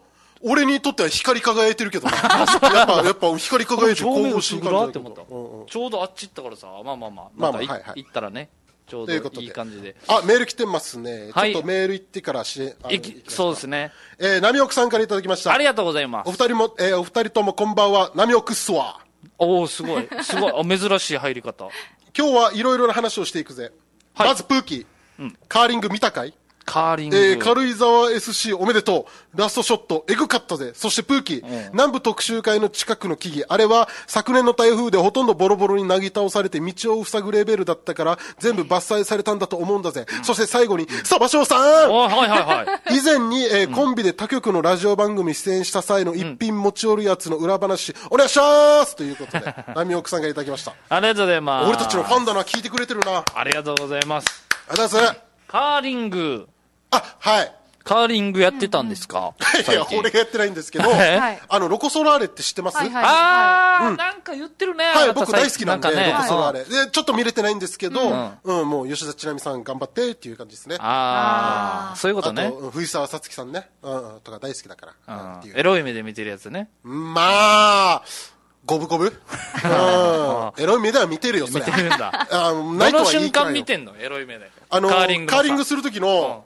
B: 俺にとっては光り輝いてるけどな。 やっぱ、やっぱ光り輝いてる
C: 照
B: 神
C: 明
B: 々し
C: 薄
B: い
C: 暗
B: 感
C: っ
B: じ
C: て
B: だ
C: 思っ
B: けど。
C: た
B: うんうん。
C: ちょうどあっち行ったからさ、まあまあまあ、
B: まあまあ
C: なんかい
B: はいはい
C: 行ったらね、ちょう
B: と
C: ど
B: いうことで
C: いい感じで。
B: あ、メール来てますね。
C: はい
B: ちょっとメール行ってからし、あの
C: いきそうで
B: 行き
C: すね。
B: ますかえー、波奥さんからいただきました。
C: ありがとうございま
B: お
C: す
B: 二。人も、えーお二人ともこんばんは、波奥っすわ。
C: おおすごい。すごい。あ、珍しい入り方。
B: 今日はいろいろな話をしていくぜ。
C: はい
B: まず、プーキー。カーリング見たかい
C: カーリング。
B: えー、軽井沢 SC おめでとう。ラストショット、エグかったぜ。そしてプーキー、南部特集会の近くの木々。あれは昨年の台風でほとんどボロボロになぎ倒されて道を塞ぐレベルだったから、全部伐採されたんだと思うんだぜ。そして最後に、サバショウさん
C: おはいはいはい。
B: 以前に、えーコンビで他局のラジオ番組出演した際の一品持ち寄るやつの裏話、お願いしますということで、波奥さんがいただきました。
C: ありがとうございます。
B: 俺たちのファンだな、聞いてくれてるな。あり
C: ありがとうございます。
B: がとうございます。
C: カーリング。
B: あ、はい。
C: カーリングやってたんですか
B: いや
C: 最、近
B: 俺がやってないんです けど、
C: え
A: はい。
B: あの、ロコ・ソラーレって知ってます、
A: はいはい
C: あー、なんか言ってるね。あ
B: はい、
C: なた
B: 僕
C: 最
B: 大
C: 近
B: 好きなんで、
C: かね
B: ロコ・ソラーレ。で、ちょっと見れてないんですけど、うん、もう吉田ちなみさん頑張ってっていう感じですね。あ
C: あー、そういうことね
B: と、。うん藤沢さつきさんね、うん、うんとか大好きだから、うんって
C: うん
B: い
C: エ
B: う。
C: ロい目で見てるやつね。
B: まあ、五分五分う ん。エロい目では見てるよ、そ
C: 見
B: れ
C: て。るんだ。
B: あのな
C: ど
B: いと
C: の
B: は言
C: 瞬
B: い切れな
C: 間
B: いよ
C: 見てんのエロい目で。
B: あの、カーリ
C: のさ
B: ングする時の、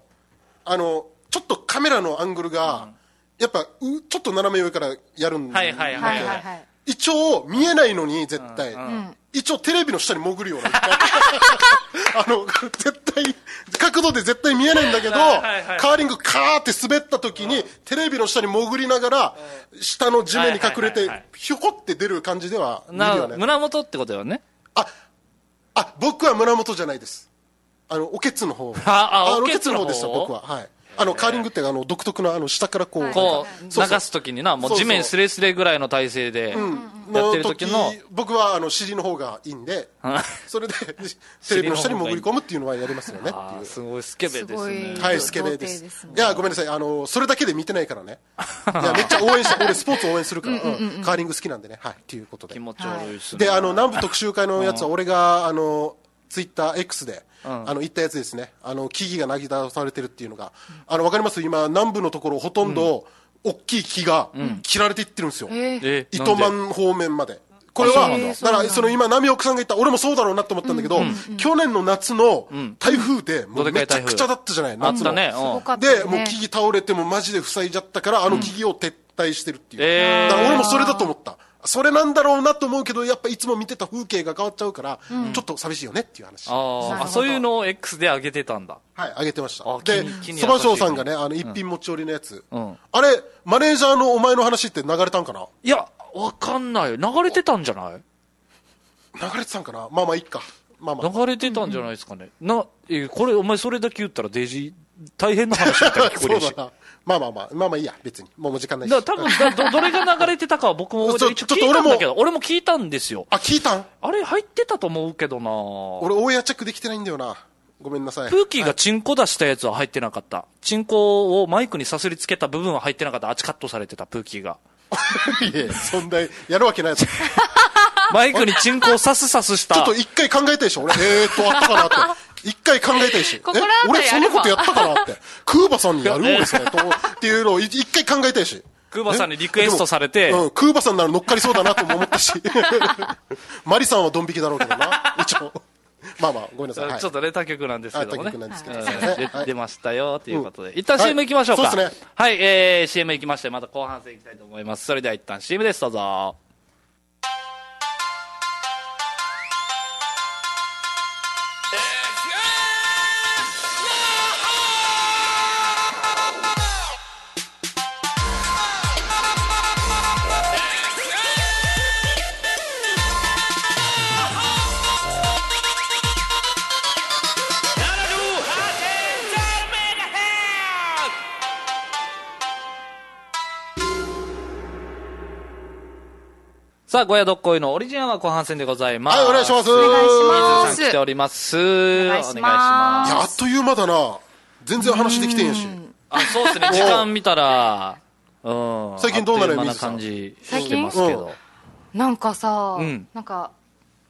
B: あの、ちょっとカメラのアングルが、やっぱ、うちょっと斜め上からやるんで、
C: はいはい
A: は
C: はいい
A: は
C: はいい。
A: はい。
B: 一応見えないのに絶対、一応テレビの下に潜るよ うなあの絶対角度で絶対見えないんだけど、
C: はいはいはい
B: カーリングカーって滑った時に、テレビの下に潜りながら、下の地面に隠れ
C: はい
B: て
C: はいはいはい
B: ひょこって出る感じでは見る
C: な
B: よね
C: 胸元ってことよね。
B: ああ僕は胸元じゃないですあのおけつの方
C: ああ
B: の
C: おけつの方
B: ですよ僕ははいあの、カーリングって、あの、独特の、あの、下からこう、
A: はい
C: こう、
B: そうそう
C: 流すときにな、もう
B: そうそ
C: 地
B: う
C: 面スレスレぐらいの体勢で、やってる時の、
B: 僕はあの尻の方がいいんで
C: はい、
B: それでテレビの下に潜り込むっていうのはやりますよねって
C: あ
B: い
C: ー
B: う。
C: すごいスケベです
A: ごい
C: すね。
B: はい、スケベです。
A: 童貞ですね
B: いや、ごめんなさい。あの、それだけで見てないから ね。いや、めっちゃ応援した。俺、スポーツ応援するから、うんカーリング好きなんでね。はい、っていうことで
C: 気。持ち悪いっすね。
B: で、あの、南部特集会のやつは、俺が、あの、ツイッター X で、あの、言ったやつですね。あの、木々がなぎ倒されてるっていうのが、あの、わかります今、南部のところ、ほとんど、大きい木が、切られていってるんですよ。
A: えー
C: え
B: 糸
C: なんで
B: 満方面まで。これ
C: あそ
B: は、
C: うなんだ
B: だから、その今、波奥さんが言った、俺もそうだろうなと思ったんだけど、去年の夏の台風で、も
C: ど
B: う
C: でか
B: め
C: い
B: ち
C: 台
B: ゃ
C: 風
B: くちゃだったじゃない、
C: あっ
B: 夏
C: た
B: の。
C: ね。
A: 多かった
B: で、
A: ね
B: もう木々倒れてもマジで塞いじゃったから、あの木々を撤退してるっていう。
C: えー
B: だから俺もそれだと思った。それなんだろうなと思うけど、やっぱいつも見てた風景が変わっちゃうから、ちょっと寂しいよねっていう話。
C: うん
B: はい、
A: な
C: あー
A: る
C: あ、
A: ほど
C: そういうのを X で上げてたんだ。
B: あげてました
C: あ。
B: で
C: 気に気、に
B: そばうさんがね、あの、一品持ち寄りのやつ。
C: うん
B: あれ、マネージャーのお前の話って流れたんかない
C: や、わかんない。流れてたんじゃない
B: 流れてたんかなまあまあ、いっか。まあまあ。
C: 流れてたんじゃないですかね。な、え、これ、お前それだけ言ったらデジ、大変な話みたいに聞こえるし。
B: そうだなまあまあまあ、まあまあいいや、別に。もう時間ないし。
C: だから多分だど、どれが流れてたかは僕も一
B: そ
C: 応
B: う
C: 聞
B: ちょっと
C: いた
B: 俺
C: ん
B: も
C: だけど、俺も聞いたんですよ。
B: あ、聞いたん
C: あれ入ってたと思うけどな
B: 俺、オンエアチェックできてないんだよな。ごめんなさい。
C: プーキーがチンコ出したやつは入ってなかった。チンコをマイクにさすりつけた部分は入ってなかった。あっちカットされてた、プーキーが。
B: いやいやそんな、やるわけないやつ。ち
C: マイクにチンコをさすさすした。
B: ょっと一回考えたでしょ俺、えーっと、あったかなって。一回考えたいし。
A: 心当たり
B: え俺、そ
A: あ
B: ん
A: れ
B: な
A: ば
B: ことやったかなって。クーバさんにやるんですね、と。っていう のをい一回考えたいし。
C: クーバさんにリクエストされて
B: でもうん、クーバさんなら乗っかりそうだなとも思ったし。 マリさんはドン引きだろうけどな、一応。まあまあ、ごめんなさい。はい
C: ちょっとね、他局なんですけども
B: はい他局な
C: ね。
B: んですけど
C: うん
B: すいません
C: で
B: はい
C: 出ましたよ、ということで。一旦
B: はい
C: CM 行きましょうか。
B: そうですね
C: はい、えー、CM 行きまして、また後半戦行きたいと思います。それでは一旦 CM です、どうぞ。さあ、小屋どっこいのオリジナルは後半戦でございます。
B: はい、お願いします。
A: お願いします
C: さん来ております。お
A: 願いします
B: いや、あっという間だな。全然話できてへんし。
C: あ、そうですね。時間見たら、うん。
B: 最近どうなの
C: あっという
B: 水
C: 間な
B: 田さん
C: 感じしてますけど。
A: なんかさ、
C: うん
A: なんか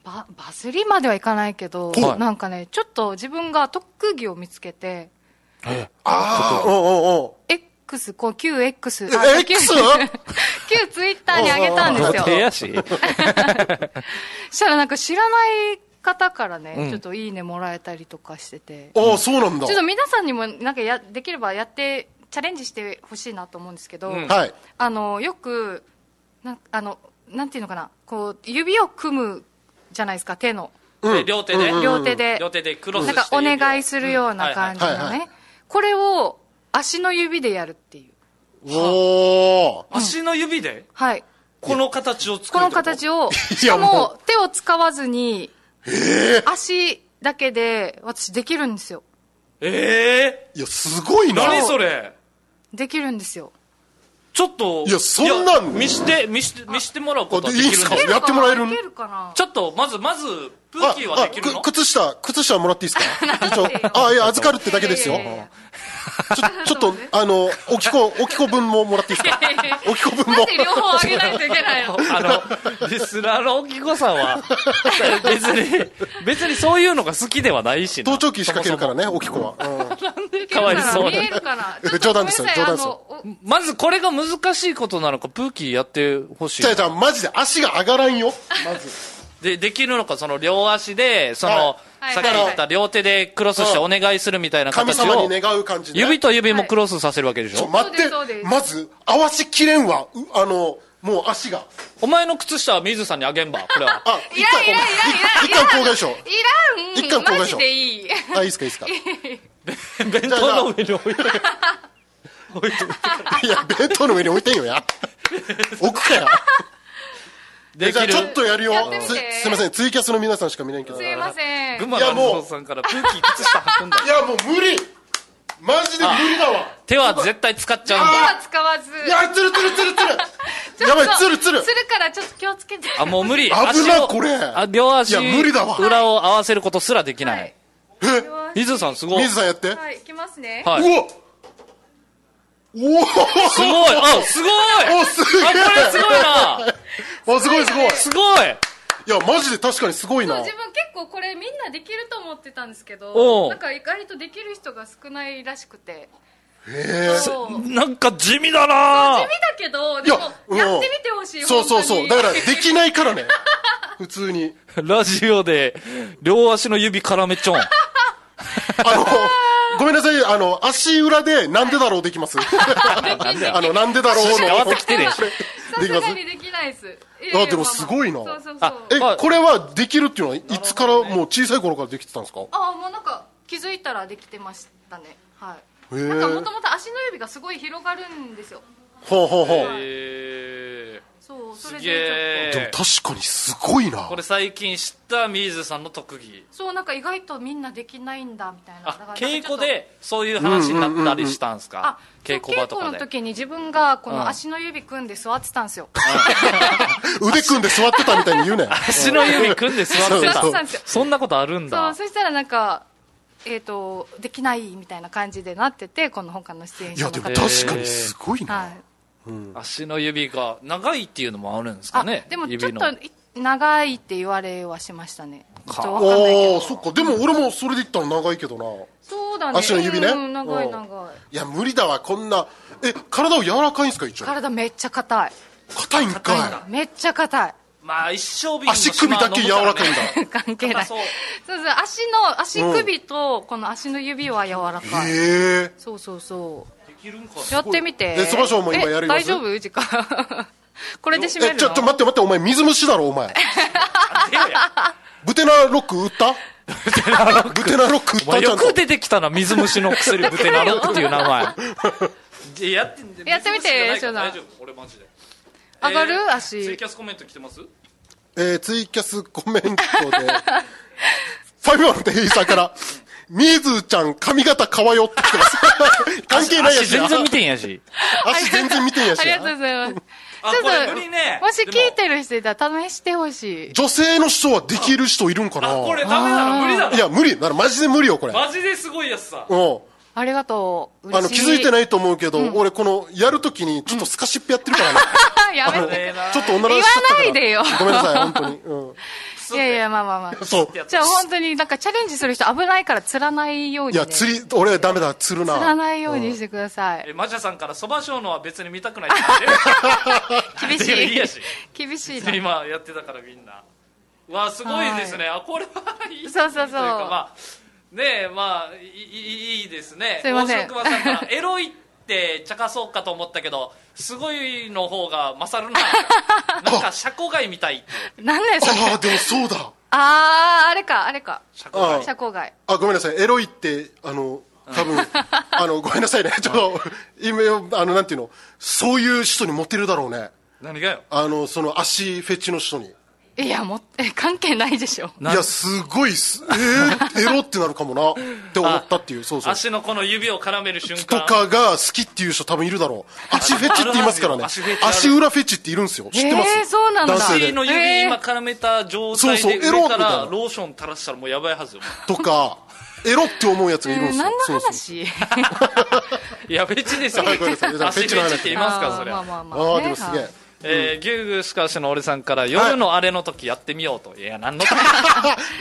A: ババズりまではいかないけど、
C: はい
A: なんかねちょっと自分が特技を見つけて
B: ああ、うんうんうん。
A: X こう QX
B: え X？
A: 旧ツイッターにあげたんですよ
C: 手やし。
A: そしたらなんか知らない方からね、
C: うん
A: ちょっといいねもらえたりとかしてて
B: ああ、そうなんだ
A: ちょっ。と皆さんにもなんかやできればやってチャレンジしてほしいなと思うんですけど、
C: うん
B: はい。
A: あのよくなんあのなんていうのかなこう指を組むじゃないですか手の
B: うん
C: 両手で
B: うんうんうん
A: 両手で、
C: 両手でクロス
A: な
C: し
A: ん
C: て
A: かお願いするような感じのね、
B: はいはいはいは
A: これを足の指でやるっていう
B: おー。
C: 足の指で
A: はい
C: この形を作る
A: この形をしか
B: も
A: も手を使わずに足だけで私できるんですよ
C: ええ
B: いや、すごいな。
C: 何それ
A: できるんですよ
C: ちょっと
B: いやそんなん
C: いや見して見して見してもらうことはできるんです
B: あいいんすかやってもらえる
A: できるかな
C: ちょっとまずまずプーキーはできるの
B: く靴下、靴下もらってい いですか一応。あ、いや、預かるってだけですよ。
A: いやいやいや
B: ちょちょっと、あの、おきこ、おきこ分ももらっていいですかおきこ分
A: な
B: も
A: ん。で両方あげないといけ ないの
C: あの、リスナーの大きこさんは、別に、別にそういうのが好きではないしな。
B: 盗聴器仕掛けるからね、おきこは。
C: かわいそう
A: 見えるかなちょっと
B: 冗談ですよ
A: ごめんなさい
B: 冗談ですよ
A: あのお
C: まずこれが難しいことなのか、プーキーやってほしい
B: じゃ。じゃマジで足が上がらんよ。まず。
C: で、できるのか、その両足で、その、
A: はい
C: さっき言った両手でクロスしてお願いするみたいな
B: 神
C: 形
B: 様
C: を
B: に、願う感じで。
C: 指と指もクロスさせるわけでし
B: ちょ
C: ょ
B: 待っ
A: そうで
B: て
A: す、
B: まず、合わしきれんわ。うあの、もう足が。
C: お前の靴下は水さんにあげんば、こ れは。
B: あ、
A: いらんいらん
B: 一回交換しよう。
A: いらんいらん
B: 一回交換
A: マ
B: し
A: ジ
B: よう
A: でいい
B: あ、いいですか、いいですか。
C: 弁当の上に置いて。置いて
B: いや、弁当の上に置いてんよ や。置くから。
C: で
B: じゃ
C: き
B: あ
C: る
B: ちょ。っとやるよ
A: やって。みて
B: す、すいません、ツイキャスの皆さんしか見ないけど。い
A: すいません
C: 群馬の
B: いやもう
C: 安藤さんからプーキー靴下履くんだ。
B: や、もう無理マジで無理だわ
C: 手は絶対使っちゃうん
A: 手
C: だ。
A: は使わず。
B: いやつるつるつ るつ
A: ちょ
B: る
A: っ
B: や
A: と
B: ばいつるつる
A: つるからちょっと気をつけて。
C: あ、もう無理。
B: 危ない
C: 足を
B: これ
C: あ両足。
B: いや無理だわ
C: 裏を合わせることすらできな
A: はいい。
B: え
C: 水さんすごい。
B: 水さんやって、
A: はい、いきますね。
C: は
B: う
C: い。
B: わうお
C: すごいあ、すごい
B: おすげえ
C: あ、これすごいな
B: あすごいすごい
C: すごい
B: いやマジで確かにすごい
A: そう
B: な
A: 自分結構これみんなできると思ってたんですけ
C: おう
A: どなんか意外とできる人が少ないらしくて
B: ええ
A: そう地味だ
C: なんか地味だな
A: けどでも
B: うん
A: やってみてほしい
B: そうそうそう
A: 本当
B: だ
A: に
B: からできないからね普通に
C: ラジオで、両足の指絡めち ょん。
B: あのごめんなさいあの足裏でなんでだろうで きますあのなんでだろう
C: 変わって
B: の
C: きてるやん
B: で
A: さ
B: きます
A: すがにできないですいやい
B: あ
A: や
B: でもすごいな
A: まあまあそうそう
C: あ
A: そう
B: えこれはできるっていうのはいつからもう小さい頃からできてたんですか
A: あもうなんか気づいたらできてましたねはい
B: へえ
A: なんかもともと足の指がすごい広がるんですよ
B: ほうほうほうでも
C: え
A: そうそ
C: ー、
A: れ
C: す
A: でちょっ
C: げえ。
B: 確かにすごいな
C: これ最近知った水さんの特技。
A: とそうなんか意外とみんなできないんだみたいなだ
C: あ
A: からなん、かちょっ
C: 稽
A: と
C: 古でそういう話になったりしたんす
A: あ
C: か
A: そう
C: 稽古場と
A: 稽古
C: か
A: の
C: で。
A: 時に自分がこ
C: うん
A: の足の指組んで座ってたんですよ、
B: 腕組んで座ってたみたいに言うね
C: 足の指組んで座って
A: 座
C: た
A: って。たんですよ
C: そんなことあるん
A: そう
C: だ。
A: そしたらなんかえっ、とできないみたいな感じでなっててこの他の出演
B: い
A: 者
B: や
A: の
B: でも
A: 方
B: 確
A: は
B: かにすごいな、
A: い
C: 足の指が長いっていうのもあるんですか
A: あ、
C: ね
A: でもちょっ
C: 指の。
A: と長いって言われはしましたねちょっとわかんないけ
B: お
A: ど
B: ーそっかでも俺もそれで言ったら長いけどな
A: そうだね
B: 足の指ね
A: うん、長
B: う
A: い
B: ん
A: 長い
B: いや無理だわこんなえ体を柔らかいんすか一応
A: 体めっちゃ硬い
B: 硬いん
C: 硬いん
B: か
C: だ
A: めっちゃ硬い
C: まあ一生瓶の
B: 足首だけ柔らかいんだ
A: 関係ない
C: 硬そ
A: そううそう足の足首とこの足の指は柔らか
B: い
A: い、
B: へえ
A: そうそうそう
C: できるんかな
A: やってみて。
B: えそばしょうも今やります
A: え大丈夫時間。 これで締める
B: え
A: の
B: ちょちょ待って待ってお前水虫だろお前
C: い やいや
B: ブテナロック売ったブテナロック売っ
C: まあ
B: たちゃ
C: よ
B: んと
C: く出てきたな、水虫の薬ブテナロックっていう名前。 じゃあやって
A: やってみて
C: 水虫じゃない
A: 翔
C: から大丈夫、俺マジで。
A: 上がる、
C: えーツイ
A: 足
C: キ。ャスコメント来てます
B: えーツイキャスコメントで、ファミマの店員さんから、みーずーちゃん髪型かわよって来てます。関係ないや
C: 足
B: しな
C: 全然見てんやし。
B: 足全然見てんやし
A: あり
B: な
A: がとうございます。
C: あ
A: ちょっと
C: これ無理ね
A: もし聞いてる人いたら試してほしい。
B: 女性の人はできる人いるんかな
C: あ、これダメだな、無理だ
B: い
C: な。
B: や、無理。ならマジで無理よ、これ。うん。あ
C: マジですごいやつさ。
B: の、
A: ありがとう。
B: 気づいて
A: い。
B: ないと思うけど、俺この、やるときにちょっとスカシップやってるからね。
A: やめて。
C: ええな
B: ちょっとおならしちゃったから。
A: 言わないでよ
B: ごめんなさい、本当に。うん。
A: いやいや、まあまあまあ。
B: そう。
A: じゃあ本当になんかチャレンジする人危ないから釣らないように、
B: い
A: ね。
B: や、釣り、俺ダメだ、釣るな。
A: 釣らないようにしてください。
C: え、マジャさんから、そばショーのは別に見たくない
A: 厳し
C: いやいい
A: い
C: やし。
A: 厳しい
C: って
A: な。
C: 今やってたからみんな。うわ、すごいですね。あ、これはいい。
A: そうそうそう
C: といかまあ、ねえ、まあ、いいいいいですね。
A: すいません
C: 大城熊さんから、エロいって茶化そうかと思ったけど、すごいの方が 勝るな。なんか、社交外みたいって。
A: なんだよ、 それ。
B: ああ、でもそう だ。
A: あー、あれか、あれか。
C: 社交
B: うん
A: 社交外。
B: あ、ごめんなさい。エロいって、あの、多 分、あの、ごめんなさいね。ち ょっと、今、あの、なんていうの、そういう人にモテるだろうね。
C: 何がよ。
B: あの、その足フェチの人に。い
A: いや、もう、え関係ないでしょ。
C: なん
B: や、すごいっす、え ー、エロってなるかもな、って思ったっていう、そうそう。
C: 足のこの指を絡める瞬
B: と
C: 間。
B: かが好きっていう人多分いるだろう。足フェチって言いますからね。
C: あるはずよ足フェチある
B: 足裏フェチっているんですよ。知ってます
A: えーそうなんだ
B: 男性
C: 足
B: で。
C: の指今絡めた状態
B: そう
C: で
B: そうエロ
C: 上か
B: みたい
C: ら
B: な
C: ローション垂らしたらもうやばい はずよ。
B: とか、エロって思うやつがいるん
A: え
B: で
A: ー
B: すよ。
A: 何の
B: そうそう
A: 話
C: いや、別ですよ。
B: はいごめんなさい
C: 足フェチって 言いますか、
A: あー
C: それ。
A: まあまあまあ、
B: ああ、
A: ね
B: でもすげ
A: はい。
B: え
C: えー、ギューグースカウシの俺さんから、夜のあれの時やってみようと。い、や、何の時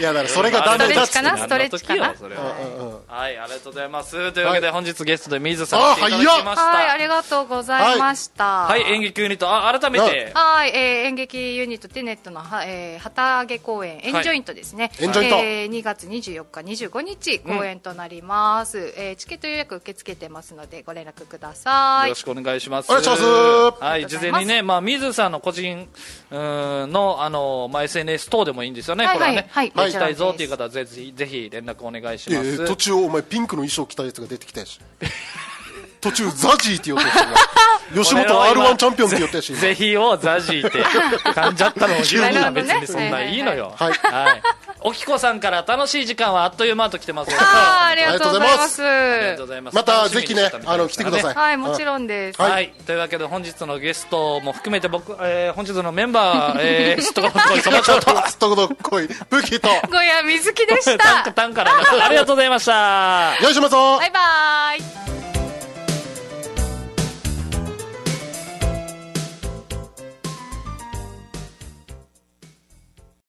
B: いや、だからそれがダメだっつって
A: ストレッチかなストレッチかな
C: 何の時よそれ
B: う
C: は
B: んうんうん
C: はい、ありがとうございます。というわけで、
B: は
C: 本日ゲストで水さん来ていただきまし
A: はい、あ
C: た。
A: りがとうございました。は
C: はい、演劇ユニット、あ、改めて、
A: はい、えー演劇ユニットテネットのは、えー旗揚げ公演エンジョイントですね、
B: エンジョイント
A: えー2月24日25日公演となります、えーチケット予約受け付けてますのでご連絡くださ
C: よ
A: い
C: ろしくお願いします。
B: お願いします
C: はい、事前にね、まあ、水さんの個人、うーんの、あの、まあ、SNS 等でもいいんですよね、
A: はい
C: これはね。
A: はいはい
C: 行きたいぞっていう方は、ぜひ、ぜひ連絡お願いし
B: いや
C: ま
B: い
C: す
B: や。途中お前ピンクの衣装着たやつが出てきたや し途中ザジーって言おうとしたな 吉本 r 1チャンピオンって言ったやし
C: ぜひをザジーって噛んじゃったのも自分
A: なる
C: は
A: ほど
C: 別
A: ね
C: にそんないいのよ。
B: はい
C: はい。おきこさんから楽しい時間はあっという間と来てますよ
A: あーあ
C: あ
A: りがとうございます。
C: りがとうございます
B: また
C: 楽しみ
B: ぜ
C: に
B: ひ
C: して
B: ね
C: たみた
B: あの
C: い
B: 来
C: で
B: てく
C: すからね
B: ださい
A: はい、もちろんです。
C: はい、
A: はい。
C: というわけで本日のゲストも含めて僕、えー本日のメンバー、えー、すっとこどっこいそばちょ うと
B: すっとこどっこい武器 と
A: ゴヤ水木でし
C: 短歌
A: た。
C: 短歌なんですありがとうございました
B: よいしょまぞ
A: バイバーイ。